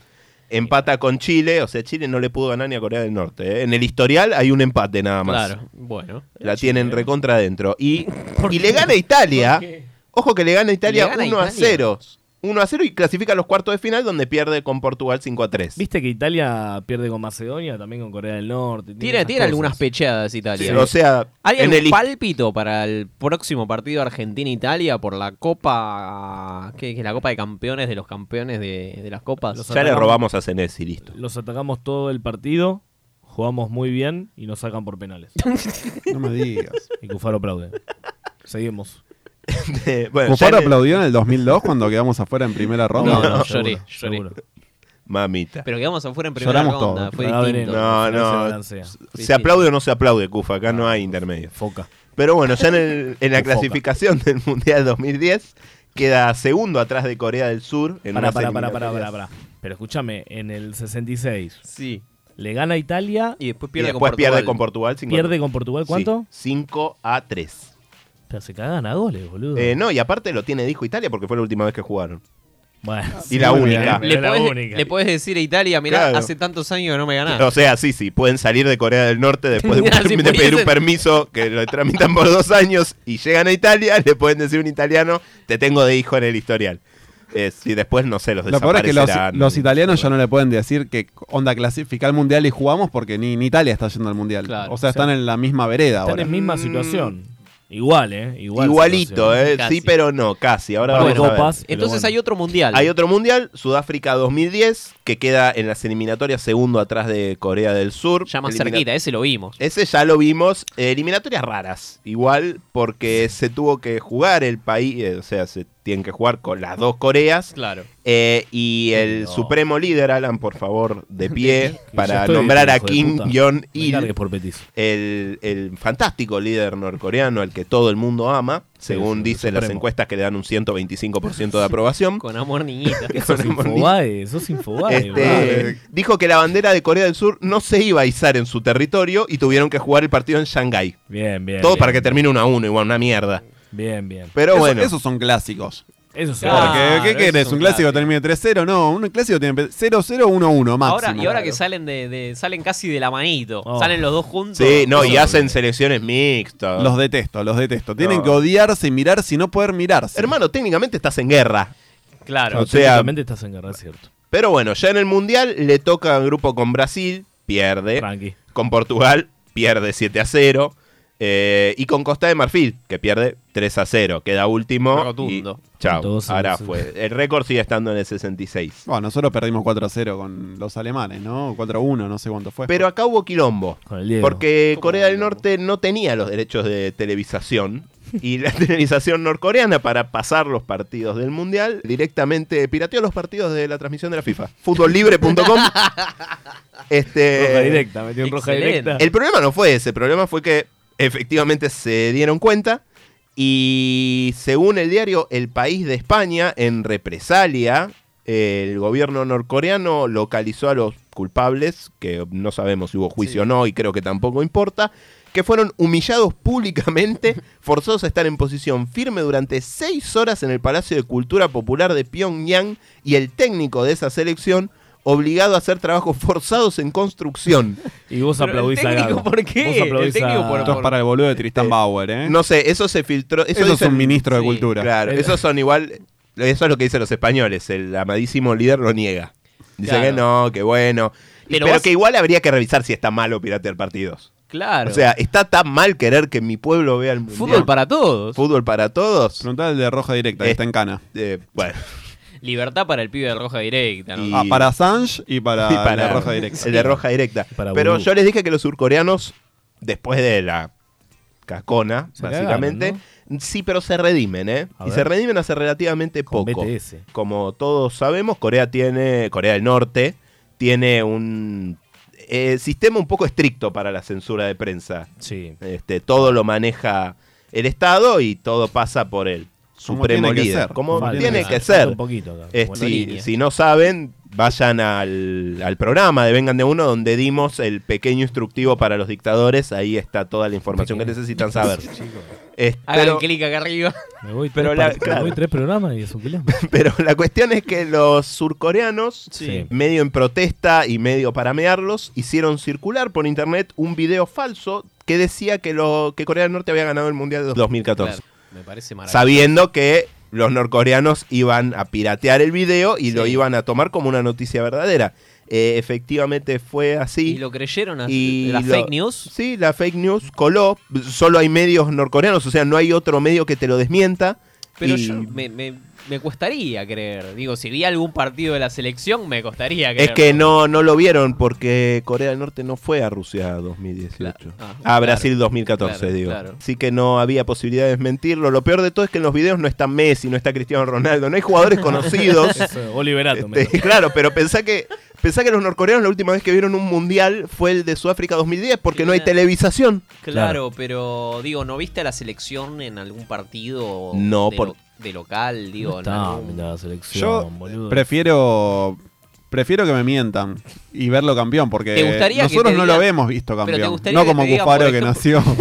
S10: Empata con Chile, o sea, Chile no le pudo ganar ni a Corea del Norte. ¿eh? En el historial hay un empate nada más.
S7: Claro, bueno.
S10: La tienen recontra adentro. Y, y le gana a Italia. Ojo que le gana a Italia
S7: Le gana a
S10: 1 a
S7: Italia.
S10: 0. 1 a 0 y clasifica a los cuartos de final donde pierde con Portugal 5 a 3.
S9: Viste que Italia pierde con Macedonia, también con Corea del Norte.
S7: Tiene,
S9: esas
S7: tiene
S9: cosas.
S7: algunas pecheadas Italia.
S10: Sí, o sea,
S7: ¿hay
S10: en
S7: algún
S10: el-
S7: pálpito para el próximo partido Argentina-Italia por la Copa. ¿Qué es la Copa de Campeones de los campeones de, de las Copas?
S9: Los
S10: Ya le
S9: atacamos.
S10: robamos a Senesi, listo.
S9: Los atacamos todo el partido, jugamos muy bien y nos sacan por penales.
S8: No me digas.
S9: Y Cufaro aplaude. Seguimos.
S10: Eh, bueno, ya
S8: Cufaro
S10: en el-
S8: aplaudió en el 2002 cuando quedamos afuera en primera ronda.
S7: No, no,
S9: seguro,
S7: lloré, lloré.
S9: seguro.
S10: Mamita.
S7: Pero quedamos afuera en primera
S8: Lloramos
S7: ronda.
S8: todos.
S7: Fue
S9: Ahora
S7: distinto.
S9: veneno.
S10: No,
S9: Al final se
S10: no.
S9: balancea. Ah,
S10: Se aplaude o no se aplaude, Cufa. Acá no hay intermedio.
S9: Foca.
S10: Pero bueno, ya en, el- en la
S9: Foca.
S10: clasificación del Mundial 2010 queda segundo atrás de Corea del Sur. En
S9: Pará,
S10: unas
S9: pará, pará, pará, pará,
S10: eliminatorias.
S9: pará. Pero escúchame, en el 66.
S7: Sí.
S9: Le gana a Italia.
S7: Y después
S10: Y
S7: pierde
S10: después
S7: con Portugal.
S10: pierde con Portugal. cinco a
S9: ¿Pierde
S10: tres.
S9: con Portugal cuánto?
S10: Sí, 5 a 3.
S9: Pero se cagan a goles, boludo.
S10: Eh, no, y aparte lo tiene dijo Italia porque fue la última vez que jugaron.
S9: Bueno.
S10: y la
S9: muy
S10: única.
S9: bien.
S7: Le
S9: Es la
S7: podés,
S9: única.
S7: le podés decir a Italia, mirá,
S10: Claro.
S7: hace tantos años que no me ganás.
S10: O sea, sí, sí, pueden salir de Corea del Norte después de, un
S9: Ah,
S7: Si
S10: permi- de pedir un
S7: pudiesen.
S10: permiso que lo tramitan por dos años y llegan a Italia, le pueden decir a un italiano, te tengo de hijo en el historial. Eh, si después, no sé, los
S8: Lo peor es que los,
S10: desaparecerán.
S8: los italianos ya no le pueden decir que onda clasifica al mundial y jugamos porque ni, ni Italia está yendo al mundial.
S7: Claro,
S8: o sea, están en la misma vereda
S9: Están
S8: ahora.
S9: en misma situación. Igual, ¿eh? Igual
S10: Igualito,
S9: situación.
S10: ¿eh?
S7: Casi.
S10: Sí, pero no, casi. Ahora
S9: Bueno,
S10: vamos a ver.
S9: copas, pero
S7: Entonces
S9: bueno.
S7: hay otro mundial.
S10: Hay otro mundial, Sudáfrica 2010, que queda en las eliminatorias segundo atrás de Corea del Sur.
S7: ya más
S10: Elimina-
S7: cerquita, eh. ese lo vimos.
S10: Ese ya lo vimos. eh, Eliminatorias raras. Igual porque se tuvo que jugar el país, eh, o sea, se tienen que jugar con las dos Coreas.
S7: Claro.
S10: Eh, y el
S9: no.
S10: supremo líder, Alan, por favor, de pie,
S9: Que ya
S10: para
S9: estoy,
S10: nombrar a
S9: hijo de
S10: Kim
S9: puta. Me
S10: Jong-il,
S9: cargues por petiso.
S10: el, el fantástico líder norcoreano al que todo el mundo ama, según
S9: sí,
S10: dicen
S9: supremo.
S10: las encuestas que le dan un 125% de aprobación.
S7: Con amor niñita.
S9: ¿Qué sos Infobae? Sos Infobae, boludo.
S10: Este, dijo que la bandera de Corea del Sur no se iba a izar en su territorio y tuvieron que jugar el partido en Shanghái.
S9: Bien, bien.
S10: Todo
S9: bien.
S10: para que termine 1 a 1, igual, una mierda.
S9: Bien, bien.
S10: Pero
S8: Eso-
S10: bueno,
S8: Esos son clásicos.
S9: Eso es
S7: Claro.
S9: verdad.
S8: Porque, ¿Qué
S7: eso es
S8: querés?
S7: un
S8: ¿Un clásico
S7: clásico.
S8: termina 3-0? No, un clásico tiene 0-0-1-1 máximo.
S7: Ahora, y ahora que salen de, de- salen casi de la manito.
S9: Oh.
S7: Salen los dos juntos.
S10: sí, no, y
S7: Eso-
S10: hacen selecciones mixtas.
S8: Los detesto, los detesto. Tienen
S10: No.
S8: que odiarse y mirarse y no poder mirarse.
S10: Hermano, técnicamente estás en guerra.
S7: Claro.
S10: O sea-
S9: Técnicamente estás en guerra, es cierto.
S10: Pero bueno, ya en el Mundial le toca al grupo con Brasil, pierde. Con Portugal, pierde 7 a 0. Eh, y con Costa de Marfil, que pierde 3 a 0. Queda último.
S8: Rotundo.
S10: y Chao.
S8: Entonces,
S10: Ahora
S8: sí.
S10: fue. El récord sigue estando en el 66.
S8: Bueno, nosotros perdimos 4 a 0 con los alemanes, ¿no? 4 a 1, no sé cuánto fue.
S10: Pero acá hubo quilombo. Porque Corea del Norte no tenía los derechos de televisación. Y la televisación norcoreana, para pasar los partidos del Mundial, directamente pirateó los partidos de la transmisión de la FIFA. Futbollibre.com. este,
S9: Roja directa, metió en roja
S10: Excelente.
S9: directa.
S10: El problema no fue ese, el problema fue que efectivamente se dieron cuenta. Y según el diario El País de España, en represalia, el gobierno norcoreano localizó a los culpables, que no sabemos si hubo juicio o no, y creo que tampoco importa, que fueron humillados públicamente, forzados a estar en posición firme durante seis horas en el Palacio de Cultura Popular de Pyongyang, y el técnico de esa selección obligado a hacer trabajos forzados en construcción.
S9: Y vos
S10: Pero el
S9: aplaudís a
S10: técnico,
S9: Gago.
S10: ¿por qué?
S9: Vos aplaudís
S10: El técnico,
S9: a-
S10: por-
S8: Esto es para el boludo de Tristan Bauer, ¿eh?
S10: No sé, eso se filtró. Eso,
S8: Eso es
S10: dicen-
S8: un ministro de Cultura.
S10: Claro,
S8: El-
S10: esos son igual. Eso es lo que dicen los españoles. El amadísimo líder lo niega. Dice
S7: Claro.
S10: que no, que bueno. Y-
S7: Pero
S10: Pero,
S7: vos-
S10: que igual habría que revisar si está mal o piratear partidos.
S7: Claro.
S10: O sea, está tan mal querer que mi pueblo vea el mundial.
S7: Fútbol para todos.
S10: Fútbol para todos. Eh,
S8: Preguntale de Roja Directa, que está en cana.
S10: bueno.
S7: Libertad para el pibe de roja directa. ¿no?
S8: Ah, para Assange y para,
S10: Sí, para
S8: la Roja Directa.
S10: El de roja directa. Pero
S8: Vudú.
S10: yo les dije que los surcoreanos, después de la cacona,
S8: Se
S10: básicamente,
S8: cagaron,
S10: sí, pero se redimen, ¿eh?
S8: A
S10: y
S8: ver.
S10: se redimen hace relativamente poco.
S9: BTS.
S10: Como todos sabemos, Corea tiene, Corea del Norte, tiene un eh, sistema un poco estricto para la censura de prensa.
S9: Sí.
S10: Este, todo lo maneja el Estado y todo pasa por el
S8: Como
S10: supremo
S8: tiene que
S10: líder.
S8: ser.
S10: Como
S8: Falta-
S10: tiene que
S8: falta
S10: ser.
S8: un poquito acá,
S10: Es-
S8: como la
S10: si,
S8: línea.
S10: si no saben, vayan al, al programa de Vengan de Uno, donde dimos el pequeño instructivo para los dictadores. Ahí está toda la información que necesitan saber. Es-
S7: Hagan
S10: pero-
S7: clic acá arriba.
S9: Me voy,
S10: Pero
S9: tres
S10: la-
S9: part- me
S10: claro.
S9: voy tres programas y es un quilombo.
S10: Pero la cuestión es que los surcoreanos,
S9: Sí.
S10: medio en protesta y medio para mearlos, hicieron circular por internet un video falso que decía que, lo, que Corea del Norte había ganado el Mundial de 2014.
S7: Claro, me parece maravilloso.
S10: sabiendo que los norcoreanos iban a piratear el video y lo iban a tomar como una noticia verdadera. Eh, efectivamente fue así.
S7: Y lo creyeron así.
S10: Y
S7: Las
S10: lo-
S7: fake news.
S10: Sí, la fake news coló. Solo hay medios norcoreanos, o sea, no hay otro medio que te lo desmienta.
S7: Pero
S10: Y
S7: yo me, me, me cuestaría creer. Digo, si vi algún partido de la selección, me costaría creer.
S10: Es que no, no lo vieron porque Corea del Norte no fue a Rusia 2018.
S7: Ah,
S10: a
S7: claro.
S10: Brasil 2014,
S7: Claro,
S10: digo.
S7: claro.
S10: Así que no había posibilidad de desmentirlo. Lo peor de todo es que en los videos no está Messi, no está Cristiano Ronaldo, no hay jugadores conocidos.
S9: Eso, Oliverato. me-
S10: Este, claro, pero pensá que, pensá que los norcoreanos la última vez que vieron un mundial fue el de Sudáfrica 2010 porque no hay televisación.
S7: Claro, pero digo, ¿no viste a la selección en algún partido
S10: No,
S7: de,
S10: por-
S7: lo- de local? Digo, en
S9: Está,
S7: algún-
S9: mirá, la selección,
S8: Yo
S9: boludo.
S8: prefiero prefiero que me mientan y verlo campeón porque
S7: ¿Te gustaría que
S8: nosotros
S7: te
S8: no
S7: digan-
S8: lo habíamos visto
S7: pero te
S8: campeón,
S7: gustaría
S8: no
S7: que
S8: como
S7: te digan,
S8: Cufaro
S7: por
S8: que
S7: ejemplo-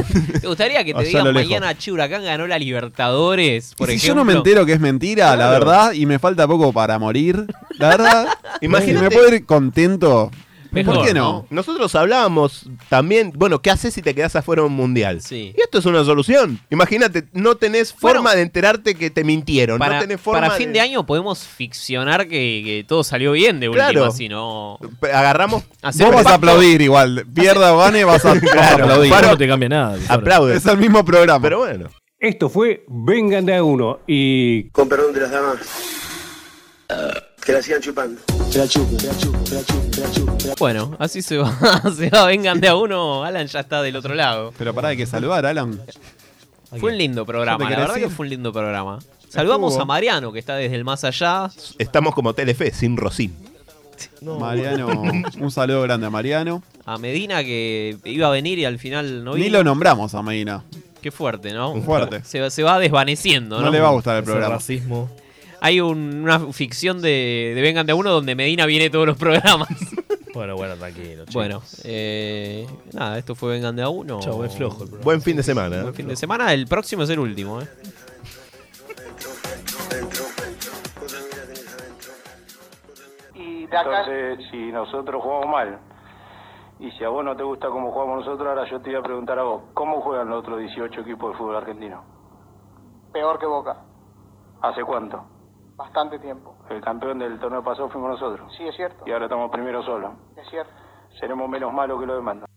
S8: nació.
S7: ¿Te gustaría que te
S8: Allá
S7: digan
S8: lo lejos.
S7: mañana Che Huracán ganó la Libertadores? Por
S8: si
S7: ejemplo.
S8: yo no me entero que es mentira, la
S7: Claro.
S8: verdad, y me falta poco para morir, la verdad,
S10: Imagínate-
S8: si me puedo ir contento. ¿Por qué no?
S10: Nosotros hablábamos también, bueno, ¿qué haces si te quedas afuera de un mundial?
S7: Sí.
S10: Y esto es una solución. Imagínate, no tenés forma de enterarte que te mintieron.
S7: Para,
S10: no tenés forma
S7: para fin de... año podemos ficcionar que, que todo salió bien de última,
S10: Claro.
S7: si no...
S10: Agarramos...
S7: Hacer
S8: Vos
S7: un
S8: vas a
S7: pacto.
S8: aplaudir igual, pierda o gane, vas a, vas a aplaudir.
S9: Cufaro no te cambia nada. Cufaro.
S10: Aplaude.
S8: Es el mismo programa.
S10: Pero bueno.
S1: Esto fue Vengan de a uno y.
S21: Con perdón de las damas. Que la sigan chupando.
S7: Bueno, así se va, se va, vengan de a uno, Alan ya está del otro lado.
S8: Pero pará, hay que saludar, Alan.
S7: Fue un lindo
S8: ¿Ya
S7: programa,
S8: te
S7: la
S8: querés
S7: verdad
S8: ir?
S7: que fue un lindo programa. Salvamos
S8: Estuvo.
S7: a Mariano, que está desde el más allá.
S10: Estamos como Telefe, sin Rosín.
S8: Mariano, un saludo grande a Mariano.
S7: A Medina, que iba a venir y al final no
S8: Ni
S7: vino.
S8: lo nombramos a Medina.
S7: Qué fuerte, ¿no?
S8: Fuerte.
S7: Se, se va desvaneciendo, ¿no?
S8: No le va a gustar el
S7: Ese
S8: programa.
S7: racismo. Hay un- una ficción de, de Vengan de a uno donde Medina viene todos los programas.
S9: Bueno, bueno, tranquilo. chicos.
S7: Bueno, eh, nada, esto fue Vengan de a uno.
S9: Chau, es flojo el programa.
S10: Buen fin de semana.
S7: Buen fin de semana, el próximo es el último, ¿eh?
S4: Entonces, si nosotros jugamos mal, y si a vos no te gusta cómo jugamos nosotros, ahora yo te voy a preguntar a vos, ¿cómo juegan los otros 18 equipos de fútbol argentino?
S22: Peor que Boca,
S4: ¿Hace cuánto?
S22: bastante tiempo.
S4: El campeón del torneo pasado fuimos nosotros.
S22: Sí, es cierto,
S4: Y ahora estamos primero solos.
S22: es cierto.
S4: seremos menos malos que los demás. ¿no?